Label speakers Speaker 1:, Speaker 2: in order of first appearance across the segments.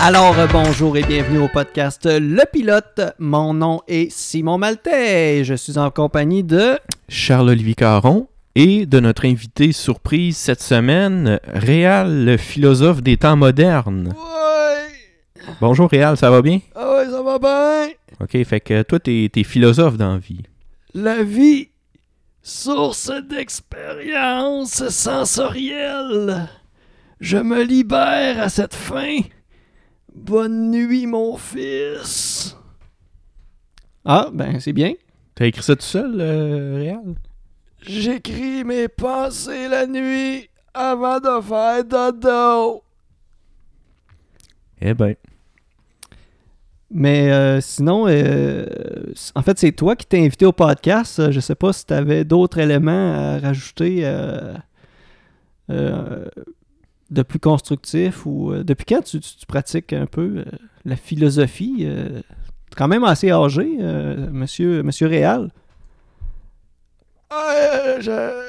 Speaker 1: Alors, euh, bonjour et bienvenue au podcast Le Pilote. Mon nom est Simon Maltais. Je suis en compagnie de...
Speaker 2: Charles-Olivier Caron et de notre invité surprise cette semaine, Réal, le philosophe des temps modernes.
Speaker 1: Ouais!
Speaker 2: Bonjour Réal, ça va bien?
Speaker 1: Ah ouais, ça va bien!
Speaker 2: Ok, fait que toi, t'es es philosophe dans la vie.
Speaker 1: La vie, source d'expérience sensorielle. Je me libère à cette fin. Bonne nuit, mon fils. Ah, ben c'est bien.
Speaker 2: T'as écrit ça tout seul, euh, Réal?
Speaker 1: J'écris mes pensées la nuit avant de faire dodo.
Speaker 2: Eh ben.
Speaker 1: Mais euh, sinon, euh, c- en fait, c'est toi qui t'es invité au podcast. Euh, Je sais pas si tu avais d'autres éléments à rajouter euh, euh, de plus constructif ou euh, depuis quand tu, tu- tu pratiques un peu euh, la philosophie euh, T'es quand même assez âgé, euh, monsieur, monsieur Réal.
Speaker 3: Ah, euh,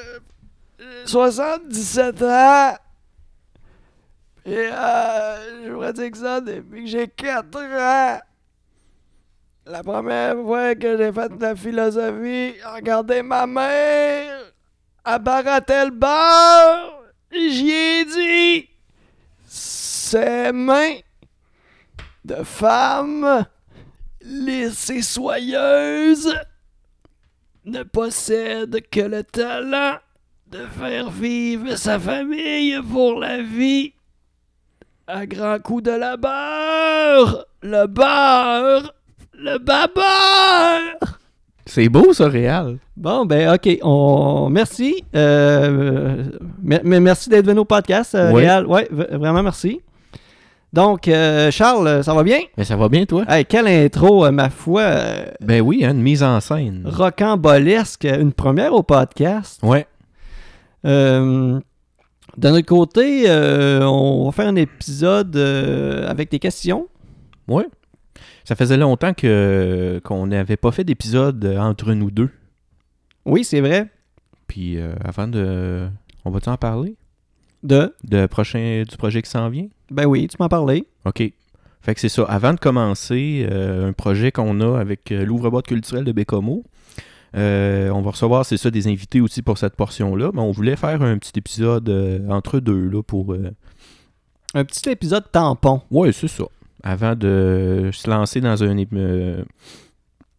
Speaker 3: 77 ans. Et euh, je pratique ça depuis que j'ai 4 ans. La première fois que j'ai fait de la philosophie, regardez ma mère. À Baratelbar, j'y ai dit ses mains de femme, laissées soyeuses, ne possède que le talent de faire vivre sa famille pour la vie. À grands coups de la barre, le beurre, le babeur.
Speaker 2: C'est beau ça, Réal.
Speaker 1: Bon, ben, OK. On... Merci. Euh, mer- mer- merci d'être venu au podcast, euh,
Speaker 2: Oui.
Speaker 1: Réal. Ouais, v- vraiment merci. Donc, euh, Charles, ça va bien?
Speaker 2: Mais ça va bien, toi?
Speaker 1: Hey, quelle intro, euh, ma foi, euh,
Speaker 2: Ben oui, hein, une mise en scène.
Speaker 1: rocambolesque, une première au podcast.
Speaker 2: Ouais.
Speaker 1: Euh, de notre côté, euh, on va faire un épisode euh, avec des questions.
Speaker 2: Ouais. Ça faisait longtemps que qu'on n'avait pas fait d'épisode euh, entre nous deux.
Speaker 1: Oui, c'est vrai.
Speaker 2: Puis euh, avant de... On va t'en parler?
Speaker 1: De,
Speaker 2: De prochain, du projet qui s'en vient?
Speaker 1: ben oui, tu m'en parlais.
Speaker 2: OK. Fait que c'est ça. Avant de commencer, euh, un projet qu'on a avec euh, l'ouvre-boîte culturel de Bécomo. Euh, on va recevoir, c'est ça, des invités aussi pour cette portion-là. Mais on voulait faire un petit épisode euh, entre deux, là, pour... euh,
Speaker 1: Un petit épisode tampon.
Speaker 2: Ouais, c'est ça. Avant de se lancer dans un, ép- euh,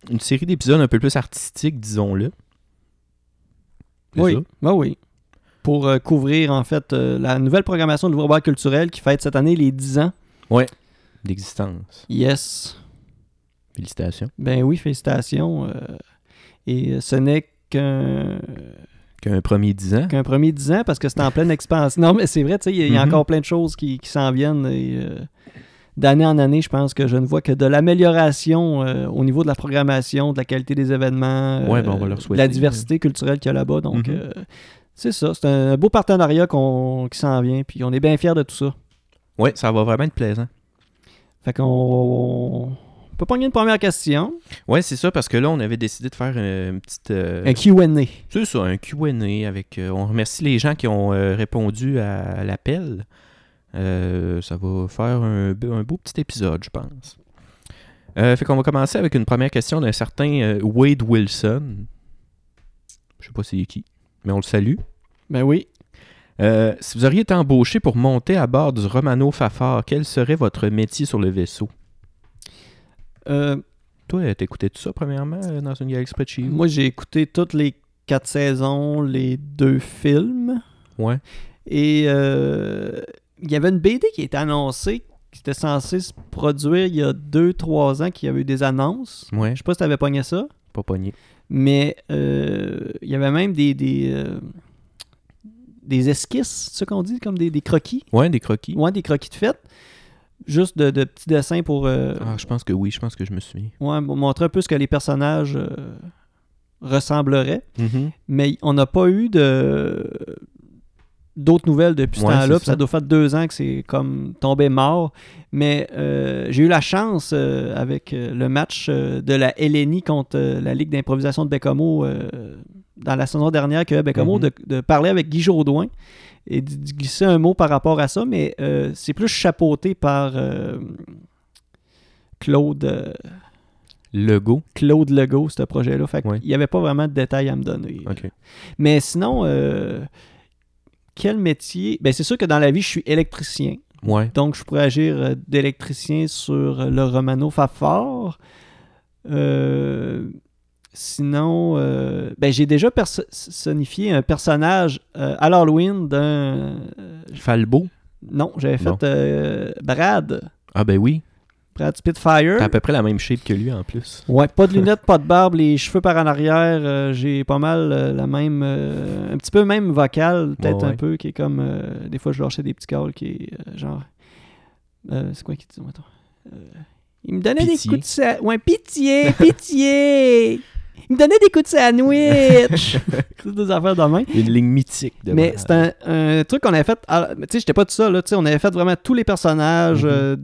Speaker 2: une série d'épisodes un peu plus artistiques, disons-le. C'est
Speaker 1: Oui,
Speaker 2: ça.
Speaker 1: ben oui. Pour euh, couvrir, en fait, euh, la nouvelle programmation de l'Ouvre-Boîte culturelle qui fête cette année les 10 ans.
Speaker 2: D'existence.
Speaker 1: Yes.
Speaker 2: Félicitations.
Speaker 1: Ben oui, félicitations. euh, et euh, ce n'est qu'un
Speaker 2: Qu'un premier 10 ans.
Speaker 1: qu'un premier 10 ans parce que c'est en pleine expansion. Non, mais c'est vrai, tu sais, il y a- il y a
Speaker 2: Mhm.
Speaker 1: encore plein de choses qui, qui s'en viennent. et, euh, D'année en année, je pense que je ne vois que de l'amélioration euh, au niveau de la programmation, de la qualité des événements, euh,
Speaker 2: Ouais, ben, on va leur
Speaker 1: de
Speaker 2: souhaiter,
Speaker 1: la diversité culturelle qu'il y a là-bas. Donc,
Speaker 2: Mhm.
Speaker 1: euh, c'est ça. C'est un beau partenariat qu'on qui s'en vient. Puis on est bien fiers de tout ça.
Speaker 2: Ouais, ça va vraiment être plaisant.
Speaker 1: Fait qu'on on peut pogner une première question.
Speaker 2: Ouais, c'est ça, parce que là, on avait décidé de faire euh, une petite... euh,
Speaker 1: Un Q&A.
Speaker 2: C'est ça, un Q&A avec... euh, on remercie les gens qui ont euh, répondu à l'appel. Euh, ça va faire un, be- un beau petit épisode, je pense. Euh, fait qu'on va commencer avec une première question d'un certain euh, Wade Wilson. Je sais pas c'est qui, mais on le salue.
Speaker 1: Ben oui.
Speaker 2: Euh, si vous auriez été embauché pour monter à bord du Romano Fafard, quel serait votre métier sur le vaisseau?
Speaker 1: Euh,
Speaker 2: Toi, euh, t'écoutais tout ça premièrement euh, dans une galaxie près de chez vous?
Speaker 1: Moi, j'ai écouté toutes les quatre saisons, les deux films.
Speaker 2: Ouais.
Speaker 1: Et euh, il y avait une BD qui était annoncée, qui était censée se produire il y a deux, trois ans, qu'il y avait eu des annonces.
Speaker 2: Ouais,
Speaker 1: Je
Speaker 2: je
Speaker 1: sais pas si t'avais pogné ça,
Speaker 2: pas pogné.
Speaker 1: mais euh, il y avait même des des, euh, des esquisses, c'est ce qu'on dit, comme des, des croquis.
Speaker 2: Ouais, des croquis.
Speaker 1: Ouais, des croquis de fête. Juste de, de petits dessins pour euh,
Speaker 2: Ah, je pense que oui, je pense que je me souviens.
Speaker 1: ouais, montrer un peu ce que les personnages euh, ressembleraient.
Speaker 2: Mhm.
Speaker 1: mais on n'a pas eu de d'autres nouvelles depuis ce
Speaker 2: Ouais,
Speaker 1: temps-là.
Speaker 2: c'est
Speaker 1: puis Ça.
Speaker 2: ça.
Speaker 1: doit faire deux ans que c'est comme tombé mort. Mais euh, j'ai eu la chance euh, avec euh, le match euh, de la LNI contre euh, la Ligue d'improvisation de Bécamo euh, dans la saison dernière que Bécamo
Speaker 2: Mhm.
Speaker 1: de, de parler avec Guy Jourdouin. et de de glisser un mot par rapport à ça, mais euh, c'est plus chapeauté par euh, Claude, euh,
Speaker 2: Lego.
Speaker 1: Claude Legault, ce projet-là. Fait qu'il
Speaker 2: Ouais.
Speaker 1: n'y avait pas vraiment de détails à me donner.
Speaker 2: OK.
Speaker 1: Mais sinon, euh, quel métier ben, C'est sûr que dans la vie, je suis électricien.
Speaker 2: Ouais.
Speaker 1: Donc, je pourrais agir euh, d'électricien sur euh, le Romano Fafard. Euh, sinon, euh, ben, j'ai déjà personnifié un personnage euh, à l'Halloween d'un. euh,
Speaker 2: Falbo.
Speaker 1: non, j'avais fait
Speaker 2: Non.
Speaker 1: euh, Brad.
Speaker 2: Ah ben oui.
Speaker 1: Brad
Speaker 2: T'as
Speaker 1: Spitfire.
Speaker 2: à peu près la même shape que lui en plus.
Speaker 1: Ouais, pas de lunettes, pas de barbe, les cheveux par en arrière. euh, j'ai pas mal euh, la même. euh, un petit peu même vocale, peut-être
Speaker 2: Ouais, ouais.
Speaker 1: un peu, qui est comme. euh, des fois, je lâchais des petits calls qui est euh, genre. euh, c'est quoi qu'il dit, mettons Euh, Il me donnait
Speaker 2: Pitié.
Speaker 1: des coups de sa. Ouais, pitié, pitié Il me donnait des coups de sandwich C'est des affaires de main.
Speaker 2: Une ligne mythique de
Speaker 1: Mais
Speaker 2: Brad.
Speaker 1: c'est un, un truc qu'on avait fait. à- mais Tu sais, j'étais pas tout seul, là. Tu sais, on avait fait vraiment tous les personnages
Speaker 2: Mhm.
Speaker 1: euh,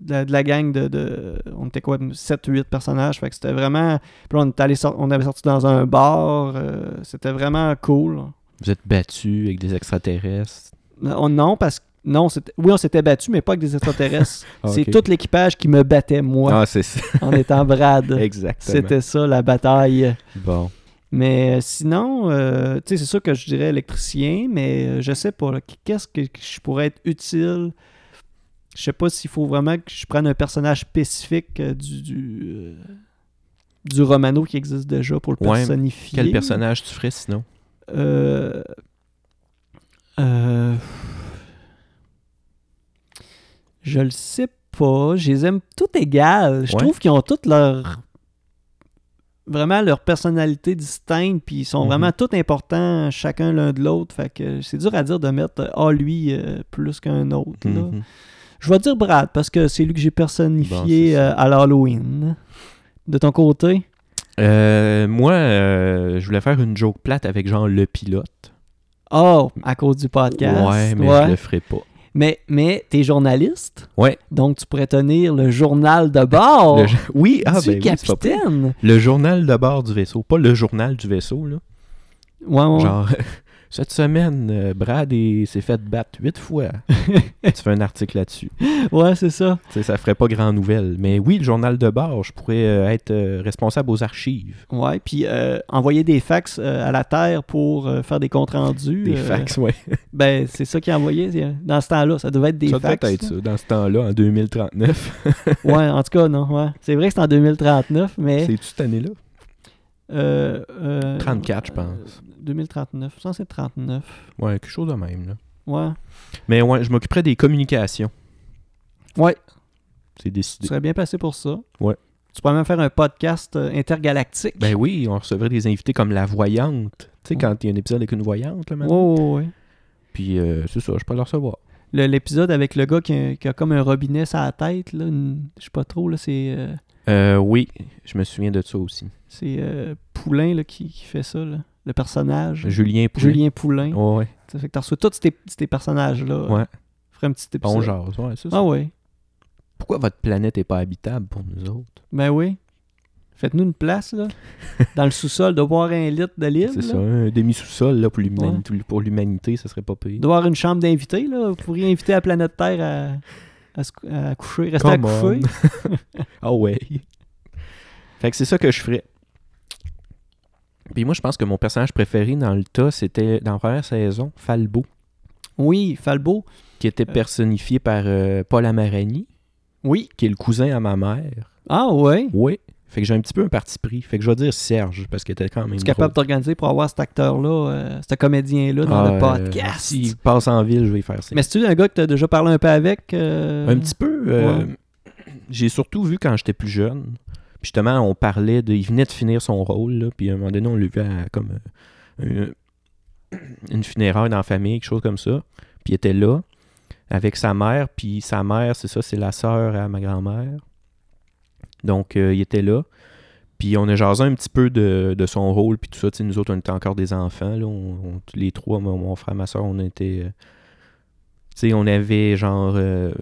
Speaker 1: de, la, de la gang de, de- On était quoi 7-8 personnages. Fait que c'était vraiment. Puis là, on, est allé sor- on avait sorti dans un bar. euh, c'était vraiment cool.
Speaker 2: Vous êtes battu avec des extraterrestres.
Speaker 1: Non, non, parce que. Non, c'était- oui, on s'était battu, mais pas avec des extraterrestres.
Speaker 2: Ah,
Speaker 1: C'est
Speaker 2: ok.
Speaker 1: tout l'équipage qui me battait, moi,
Speaker 2: Ah, c'est ça.
Speaker 1: en étant Brad.
Speaker 2: Exactement.
Speaker 1: C'était ça, la bataille.
Speaker 2: Bon.
Speaker 1: Mais euh, sinon, euh, tu sais, c'est sûr que je dirais électricien, mais euh, je sais pas. là, Qu'est-ce que que je pourrais être utile? Je sais pas s'il faut vraiment que je prenne un personnage spécifique euh, du du, euh, du Romano qui existe déjà pour le
Speaker 2: Ouais,
Speaker 1: personnifier.
Speaker 2: Quel personnage tu ferais sinon
Speaker 1: Euh, euh, je le sais pas. Je les aime tout égal. Je
Speaker 2: Ouais.
Speaker 1: trouve qu'ils ont toutes leur vraiment leur personnalité distincte puis ils sont
Speaker 2: Mhm.
Speaker 1: vraiment tous importants chacun l'un de l'autre fait que c'est dur à dire de mettre euh, ah lui euh, plus qu'un autre là.
Speaker 2: Mhm.
Speaker 1: je vais dire Brad parce que c'est lui que j'ai
Speaker 2: Bon, c'est
Speaker 1: personnifié
Speaker 2: ça.
Speaker 1: euh, à l'Halloween de ton côté
Speaker 2: Euh, Moi, euh, je voulais faire une joke plate avec genre le pilote.
Speaker 1: oh à cause du podcast
Speaker 2: Ouais, mais
Speaker 1: Ouais.
Speaker 2: je le ferais pas.
Speaker 1: Mais, mais t'es journaliste.
Speaker 2: Ouais.
Speaker 1: Donc, tu pourrais tenir le journal de bord
Speaker 2: Le- Oui, ah
Speaker 1: du
Speaker 2: ben oui, c'est pas pire.
Speaker 1: capitaine.
Speaker 2: Le journal de bord du vaisseau, pas le journal du vaisseau là.
Speaker 1: ouais, ouais.
Speaker 2: Genre, cette semaine, euh, Brad et- s'est fait battre huit fois. tu fais un article là-dessus.
Speaker 1: ouais, c'est ça.
Speaker 2: Tu sais, ça ferait pas grand nouvelle. Mais oui, le journal de bord, je pourrais euh, être euh, responsable aux archives.
Speaker 1: Ouais, puis euh, envoyer des fax euh, à la Terre pour euh, faire des comptes rendus.
Speaker 2: Des
Speaker 1: euh,
Speaker 2: fax, oui.
Speaker 1: Ben, c'est ça qu'ils envoyaient c'est, euh, dans ce temps-là. Ça devait être des
Speaker 2: Ça
Speaker 1: fax.
Speaker 2: devait être ça, dans ce temps-là, en 2039.
Speaker 1: ouais, en tout cas, non. Ouais. C'est vrai que c'est en 2039, mais.
Speaker 2: C'est-tu cette année-là?
Speaker 1: euh, euh,
Speaker 2: 34, je
Speaker 1: euh,
Speaker 2: pense.
Speaker 1: 2039. Je pense que c'est 39.
Speaker 2: Ouais, quelque chose de même, là.
Speaker 1: Ouais.
Speaker 2: Mais ouais, je m'occuperais des communications.
Speaker 1: Ouais,
Speaker 2: C'est
Speaker 1: tu
Speaker 2: décidé.
Speaker 1: serais bien placé pour ça.
Speaker 2: Ouais.
Speaker 1: Tu pourrais même faire un podcast euh, intergalactique.
Speaker 2: Ben oui, on recevrait des invités comme la voyante. Tu sais,
Speaker 1: Ouais.
Speaker 2: quand il y a un épisode avec une voyante,
Speaker 1: Ouais,
Speaker 2: là, maintenant.
Speaker 1: ouais, ouais.
Speaker 2: Puis euh, c'est ça, je peux le recevoir.
Speaker 1: Le- L'épisode avec le gars qui a, qui a comme un robinet sur la tête, là, une- je sais pas trop, là, c'est euh,
Speaker 2: Euh, oui, je me souviens de ça aussi.
Speaker 1: c'est, euh, Poulain là, qui, qui fait ça, là, le personnage.
Speaker 2: Julien Poulin.
Speaker 1: Julien Poulain.
Speaker 2: Ouais, ouais.
Speaker 1: Ça fait que t'as reçu tous ces, ces personnages-là.
Speaker 2: Ouais.
Speaker 1: Ferais un petit épisode.
Speaker 2: Bon jase, ouais, c'est ça.
Speaker 1: Ah ouais.
Speaker 2: Pourquoi votre planète n'est pas habitable pour nous autres?
Speaker 1: Ben oui. Faites-nous une place, là. dans le sous-sol, de boire un litre de l'île.
Speaker 2: C'est ça, un demi-sous-sol là, pour
Speaker 1: Ouais.
Speaker 2: l'humanité, pour l'humanité, ça serait pas pire.
Speaker 1: De boire une chambre d'invité, là. Vous pourriez inviter la planète Terre à, à, se cou- à coucher, rester
Speaker 2: Come
Speaker 1: à coucher.
Speaker 2: Ah ouais. fait que c'est ça que je ferais. Puis moi, je pense que mon personnage préféré dans le tas, c'était dans la première saison, Falbo,
Speaker 1: Oui, Falbo.
Speaker 2: qui était personnifié par euh, Paul Amarani,
Speaker 1: Oui.
Speaker 2: qui est le cousin à ma mère.
Speaker 1: Ah ouais.
Speaker 2: Oui. Fait que j'ai un petit peu un parti pris. Fait que je vais dire Serge, parce qu'il était quand même.
Speaker 1: Tu es capable
Speaker 2: drôle.
Speaker 1: d'organiser pour avoir cet acteur-là, euh, ce comédien-là dans
Speaker 2: Ah,
Speaker 1: le
Speaker 2: euh,
Speaker 1: podcast.
Speaker 2: S'il passe en ville, je vais y faire ça.
Speaker 1: Mais c'est-tu un gars que tu as déjà parlé un peu avec euh,
Speaker 2: Un petit peu. euh, J'ai surtout vu quand j'étais plus jeune. Puis Justement, on parlait de. Il venait de finir son rôle, là, puis à un moment donné, on l'a vu à comme euh, un- une funéraire dans la famille, quelque chose comme ça. Puis il était là avec sa mère, puis sa mère, c'est ça, c'est la sœur à ma grand-mère. Donc, euh, il était là. Puis on a jasé un petit peu de, de son rôle, puis tout ça. Tu sais, nous autres, on était encore des enfants. Là. On- on- tous les trois, mon, mon frère, ma soeur, on était... euh, tu sais, on avait genre, euh,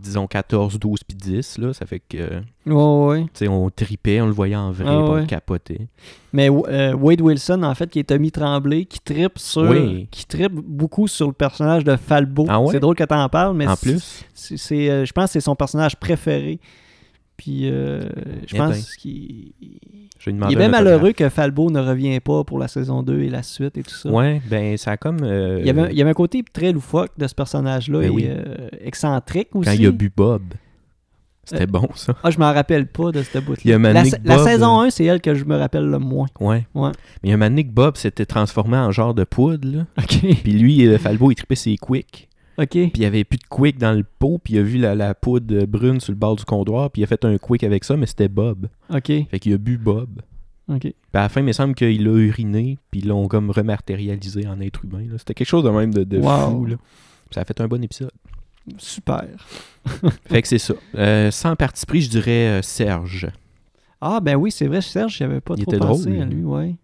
Speaker 2: disons, 14, 12, puis 10 10, là, ça fait que, euh,
Speaker 1: Ouais, ouais.
Speaker 2: tu sais, on tripait, on le voyait en vrai,
Speaker 1: Ah
Speaker 2: puis
Speaker 1: ouais.
Speaker 2: on capotait.
Speaker 1: Mais euh, Wade Wilson, en fait, qui est Tommy Tremblay, qui tripe sur.
Speaker 2: Oui.
Speaker 1: Qui tripe beaucoup sur le personnage de Falbo.
Speaker 2: Ah ouais?
Speaker 1: C'est drôle que t'en parles, mais
Speaker 2: en
Speaker 1: c'est-
Speaker 2: plus,
Speaker 1: c'est- c'est, euh, je pense que c'est son personnage préféré. Puis euh, je
Speaker 2: Eh
Speaker 1: pense
Speaker 2: ben.
Speaker 1: qu'il.
Speaker 2: je
Speaker 1: Il
Speaker 2: lui demandais
Speaker 1: est bien
Speaker 2: un
Speaker 1: malheureux
Speaker 2: autographe.
Speaker 1: que Falbo ne revient pas pour la saison 2 et la suite et tout ça.
Speaker 2: Ouais, ben, ça a comme. euh,
Speaker 1: Il y, avait, il y avait un côté très loufoque de ce personnage-là
Speaker 2: Ben
Speaker 1: et
Speaker 2: oui.
Speaker 1: euh, excentrique aussi.
Speaker 2: Quand il a bu Bob. C'était
Speaker 1: Euh,
Speaker 2: bon, ça.
Speaker 1: Ah, je m'en rappelle pas de cette bout
Speaker 2: Il y a
Speaker 1: La,
Speaker 2: Manic
Speaker 1: sa- la
Speaker 2: Bob,
Speaker 1: saison
Speaker 2: euh,
Speaker 1: 1, c'est elle que je me rappelle le moins.
Speaker 2: Ouais.
Speaker 1: Ouais.
Speaker 2: Mais il y a un moment donné que Bob s'était transformé en genre de poudre, là.
Speaker 1: OK.
Speaker 2: Puis lui, euh, Falbo, il tripait ses quicks.
Speaker 1: OK.
Speaker 2: Puis il n'y avait plus de quick dans le pot, puis il a vu la, la poudre brune sur le bord du comptoir, puis il a fait un quick avec ça, mais c'était Bob.
Speaker 1: OK.
Speaker 2: Fait qu'il a bu Bob.
Speaker 1: OK.
Speaker 2: Puis à la fin, il me semble qu'il a uriné, puis ils l'ont comme rematérialisé en être humain. là. C'était quelque chose de même de, de
Speaker 1: Wow.
Speaker 2: fou. là. Puis Ça a fait un bon épisode.
Speaker 1: Super.
Speaker 2: Fait que c'est ça. Euh, sans parti pris, je dirais euh, Serge.
Speaker 1: Ah, ben oui, c'est vrai, Serge, j'avais pas
Speaker 2: Il
Speaker 1: trop
Speaker 2: était
Speaker 1: pensé
Speaker 2: drôle, hein.
Speaker 1: à
Speaker 2: lui.
Speaker 1: lui, ouais.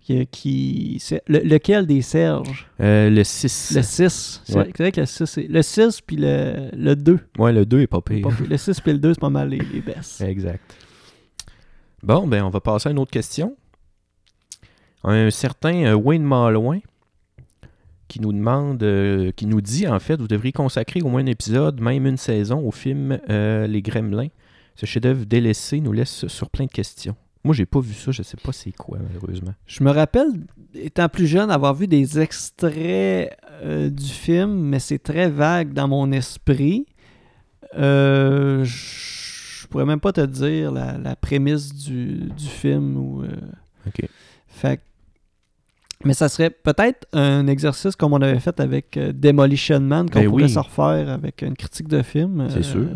Speaker 1: Qui, qui- c'est- le- lequel des Serges
Speaker 2: Euh, le 6.
Speaker 1: Le 6. C'est
Speaker 2: Ouais.
Speaker 1: c'est vrai que le 6, le 6 puis le, le 2.
Speaker 2: Ouais, le 2 est pas pire.
Speaker 1: Le 6 puis le 2, c'est pas mal les, les
Speaker 2: Euh,
Speaker 1: baisses.
Speaker 2: Exact. Bon, ben on va passer à une autre question. Un certain euh, Wayne Malouin qui nous demande, euh, qui nous dit en fait, vous devriez consacrer au moins un épisode, même une saison, au film euh, Les Gremlins. Ce chef-d'œuvre délaissé nous laisse sur plein de questions. Moi, j'ai pas vu ça, je sais pas c'est quoi, malheureusement.
Speaker 1: Je me rappelle, étant plus jeune, avoir vu des extraits euh, du film, mais c'est très vague dans mon esprit. Euh, je je pourrais même pas te dire la, la prémisse du, du film. Ou, euh,
Speaker 2: Ok.
Speaker 1: fait que- mais ça serait peut-être un exercice comme on avait fait avec euh, Demolition Man, qu'on
Speaker 2: Ben
Speaker 1: pourrait
Speaker 2: oui.
Speaker 1: se refaire avec une critique de film.
Speaker 2: C'est
Speaker 1: Euh,
Speaker 2: sûr.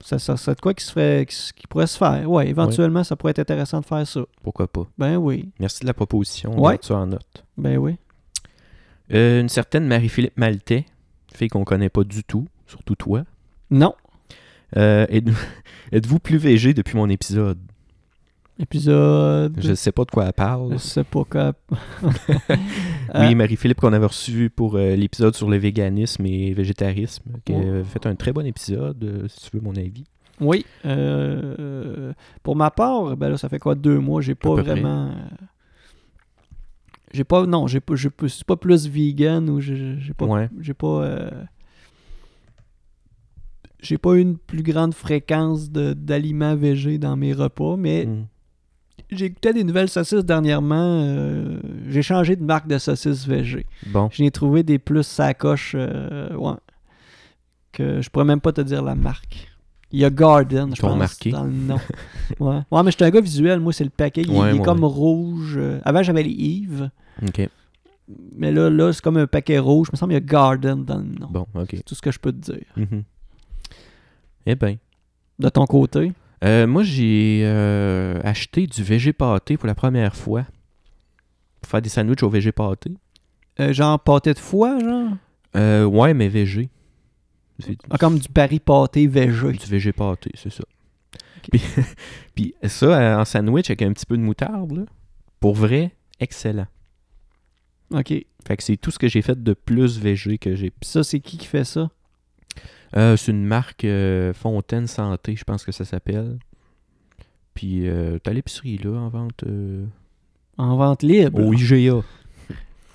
Speaker 1: Ça, ça serait de quoi qui, se ferait, qui, se- qui pourrait se faire. Oui, éventuellement, ça pourrait être intéressant de faire ça.
Speaker 2: Pourquoi pas.
Speaker 1: Ben oui,
Speaker 2: Merci de la proposition.
Speaker 1: Ouais.
Speaker 2: Tu en note.
Speaker 1: ben oui.
Speaker 2: Euh, une certaine Marie-Philippe Maltais, fille qu'on connaît pas du tout, surtout toi.
Speaker 1: Non.
Speaker 2: Euh, êtes- Êtes-vous plus végé depuis mon épisode?
Speaker 1: Épisode.
Speaker 2: Je sais pas de quoi elle parle.
Speaker 1: Je sais pas quoi.
Speaker 2: Oui,
Speaker 1: Euh,
Speaker 2: Marie-Philippe qu'on avait reçu pour euh, l'épisode sur le véganisme et végétarisme, qui a
Speaker 1: Oh.
Speaker 2: fait un très bon épisode, euh, si tu veux mon avis.
Speaker 1: oui. euh, pour ma part, ben là, ça fait quoi deux mois J'ai pas
Speaker 2: peu près.
Speaker 1: vraiment. euh, J'ai pas. Non, j'ai pas. Je suis pas plus vegan ou j'ai j'ai pas.
Speaker 2: Ouais.
Speaker 1: J'ai pas. euh, J'ai pas une plus grande fréquence de- d'aliments végés dans mes repas, mais
Speaker 2: Mm.
Speaker 1: j'ai écouté des nouvelles saucisses dernièrement. euh, j'ai changé de marque de saucisses végé.
Speaker 2: Bon,
Speaker 1: Je n'ai trouvé des plus sacoches. euh, ouais. Que je pourrais même pas te dire la marque. Il y a Garden,
Speaker 2: Ils
Speaker 1: je
Speaker 2: t'ont
Speaker 1: pense,
Speaker 2: marqué.
Speaker 1: dans le nom. ouais. ouais, mais j'étais un gars visuel. Moi, c'est le paquet. Il,
Speaker 2: Ouais,
Speaker 1: il est
Speaker 2: ouais,
Speaker 1: comme rouge. Euh, Avant, j'avais les Yves.
Speaker 2: ok.
Speaker 1: Mais là, là c'est comme un paquet rouge. Il me semble qu'il y a Garden dans le nom.
Speaker 2: Bon, ok.
Speaker 1: C'est tout ce que je peux te dire.
Speaker 2: Mhm. Eh bien,
Speaker 1: De ton côté.
Speaker 2: moi j'ai euh, acheté du végé pâté pour la première fois. Pour faire des sandwichs au végé pâté.
Speaker 1: euh, genre pâté de foie, genre.
Speaker 2: Euh, ouais, mais végé. C'est-
Speaker 1: Ah, comme du Paris pâté végé.
Speaker 2: Du végé pâté, c'est ça.
Speaker 1: Ok.
Speaker 2: Puis, puis ça, euh, en sandwich avec un petit peu de moutarde, là, pour vrai, excellent.
Speaker 1: OK.
Speaker 2: Fait que c'est tout ce que j'ai fait de plus végé que j'ai.
Speaker 1: Puis ça, c'est qui qui fait ça?
Speaker 2: Euh, c'est une marque euh, Fontaine Santé, je pense que ça s'appelle. Puis euh, t'as l'épicerie là en vente euh,
Speaker 1: En vente libre.
Speaker 2: au IGA.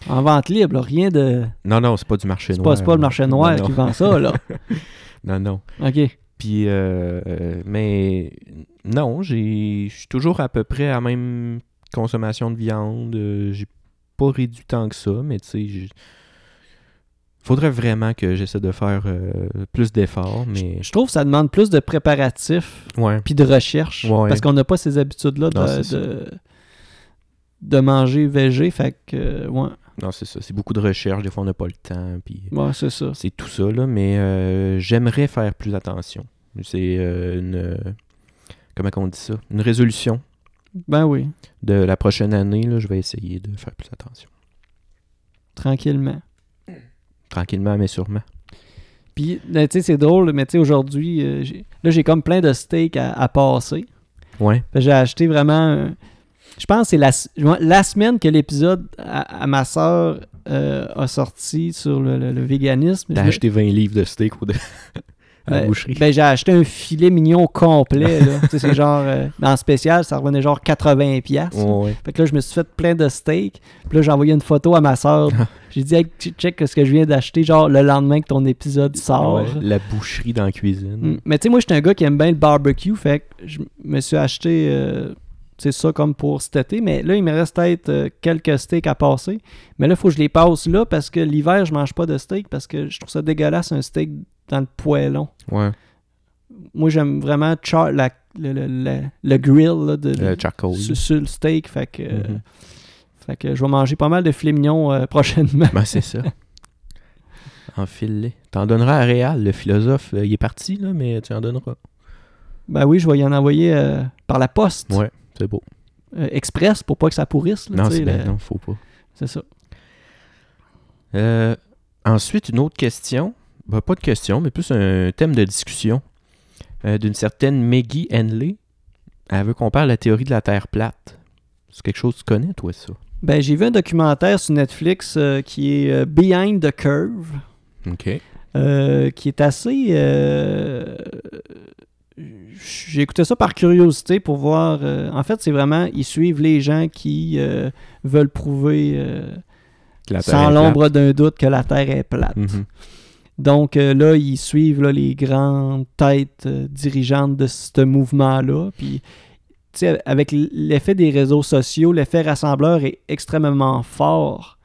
Speaker 1: En vente libre, là, rien de.
Speaker 2: Non, non, c'est pas du marché
Speaker 1: C'est
Speaker 2: noir.
Speaker 1: pas, c'est pas le marché
Speaker 2: là.
Speaker 1: noir
Speaker 2: Non,
Speaker 1: qui
Speaker 2: non.
Speaker 1: vend ça, là.
Speaker 2: Non, non.
Speaker 1: OK.
Speaker 2: Puis, euh, euh, mais non, j'ai, je suis toujours à peu près à la même consommation de viande. Euh, j'ai pas réduit tant que ça, mais tu sais, j'ai- faudrait vraiment que j'essaie de faire euh, plus d'efforts, mais
Speaker 1: Je trouve que ça demande plus de préparatifs
Speaker 2: ouais,
Speaker 1: puis de recherche.
Speaker 2: Ouais.
Speaker 1: Parce qu'on n'a pas ces habitudes-là
Speaker 2: Non, c'est
Speaker 1: de,
Speaker 2: ça.
Speaker 1: de, de manger végé. Fait que, euh, ouais,
Speaker 2: non c'est ça, c'est beaucoup de recherche. Des fois, on n'a pas le temps, puis
Speaker 1: ouais c'est ça.
Speaker 2: c'est tout ça là. Mais euh, j'aimerais faire plus attention. C'est euh, une comment on dit ça, une résolution
Speaker 1: Ben oui,
Speaker 2: de la prochaine année. Là, je vais essayer de faire plus attention,
Speaker 1: tranquillement.
Speaker 2: tranquillement mais sûrement.
Speaker 1: Puis, ben, tu sais, c'est drôle, mais tu sais, aujourd'hui, euh, j'ai- là, j'ai comme plein de steaks à, à passer.
Speaker 2: Ouais.
Speaker 1: Fait que J'ai acheté vraiment. un- Je pense que c'est la, s- ouais, la semaine que l'épisode à, à ma soeur a sorti sur le, le- le véganisme.
Speaker 2: T'as
Speaker 1: Je me-
Speaker 2: acheté 20 livres de steak ou de... à la
Speaker 1: Ouais.
Speaker 2: boucherie.
Speaker 1: Ben, j'ai acheté un filet mignon complet. là. Tu sais, c'est genre, euh, en spécial, ça revenait genre 80$. piastres.
Speaker 2: Ouais.
Speaker 1: Fait que là, je me suis fait plein de steaks. Puis là, j'ai envoyé une photo à ma soeur. j'ai dit, hey, tu check ce que je viens d'acheter, genre le lendemain que ton épisode sort.
Speaker 2: Ouais, La boucherie dans la cuisine.
Speaker 1: Mm. Mais tu sais, moi, j'étais un gars qui aime bien le barbecue. Fait que je me suis acheté, euh, c'est ça, comme pour cet été. Mais là, il me reste peut-être euh, quelques steaks à passer. Mais là, il faut que je les passe là parce que l'hiver, je mange pas de steak parce que je trouve ça dégueulasse un steak dans le poêlon.
Speaker 2: Ouais.
Speaker 1: Moi, j'aime vraiment char- la- le, le- le- le grill là, de,
Speaker 2: Le charcoal.
Speaker 1: sur, sur le steak. Fait que, euh,
Speaker 2: Mhm.
Speaker 1: fait que je vais manger pas mal de filet mignon euh, prochainement.
Speaker 2: Ben, c'est ça. Enfile-les. T'en donneras à Réal, le philosophe. Euh, Il est parti, là, mais tu en donneras.
Speaker 1: Ben oui, je vais y en envoyer euh, par la poste
Speaker 2: Ouais. C'est beau.
Speaker 1: euh, express pour pas que ça pourrisse. là,
Speaker 2: Non,
Speaker 1: tu sais,
Speaker 2: c'est bien.
Speaker 1: là.
Speaker 2: Non, faut pas.
Speaker 1: C'est ça.
Speaker 2: Euh, ensuite, une autre question. Ben, pas de question, mais plus un thème de discussion euh, d'une certaine Maggie Henley. Elle veut qu'on parle de la théorie de la Terre plate. C'est quelque chose que tu connais, toi, ça?
Speaker 1: Ben j'ai vu un documentaire sur Netflix euh, qui est euh, Behind the Curve,
Speaker 2: OK.
Speaker 1: euh, qui est assez. euh, J'ai écouté ça par curiosité pour voir. euh, en fait, c'est vraiment ils suivent les gens qui euh, veulent prouver. euh, sans l'ombre d'un doute que la Terre est plate.
Speaker 2: Mhm. Mm-hmm.
Speaker 1: Donc euh, là, ils suivent là, les grandes têtes euh, dirigeantes de ce mouvement-là. Puis, tu sais, avec l- l'effet des réseaux sociaux, l'effet rassembleur est extrêmement fort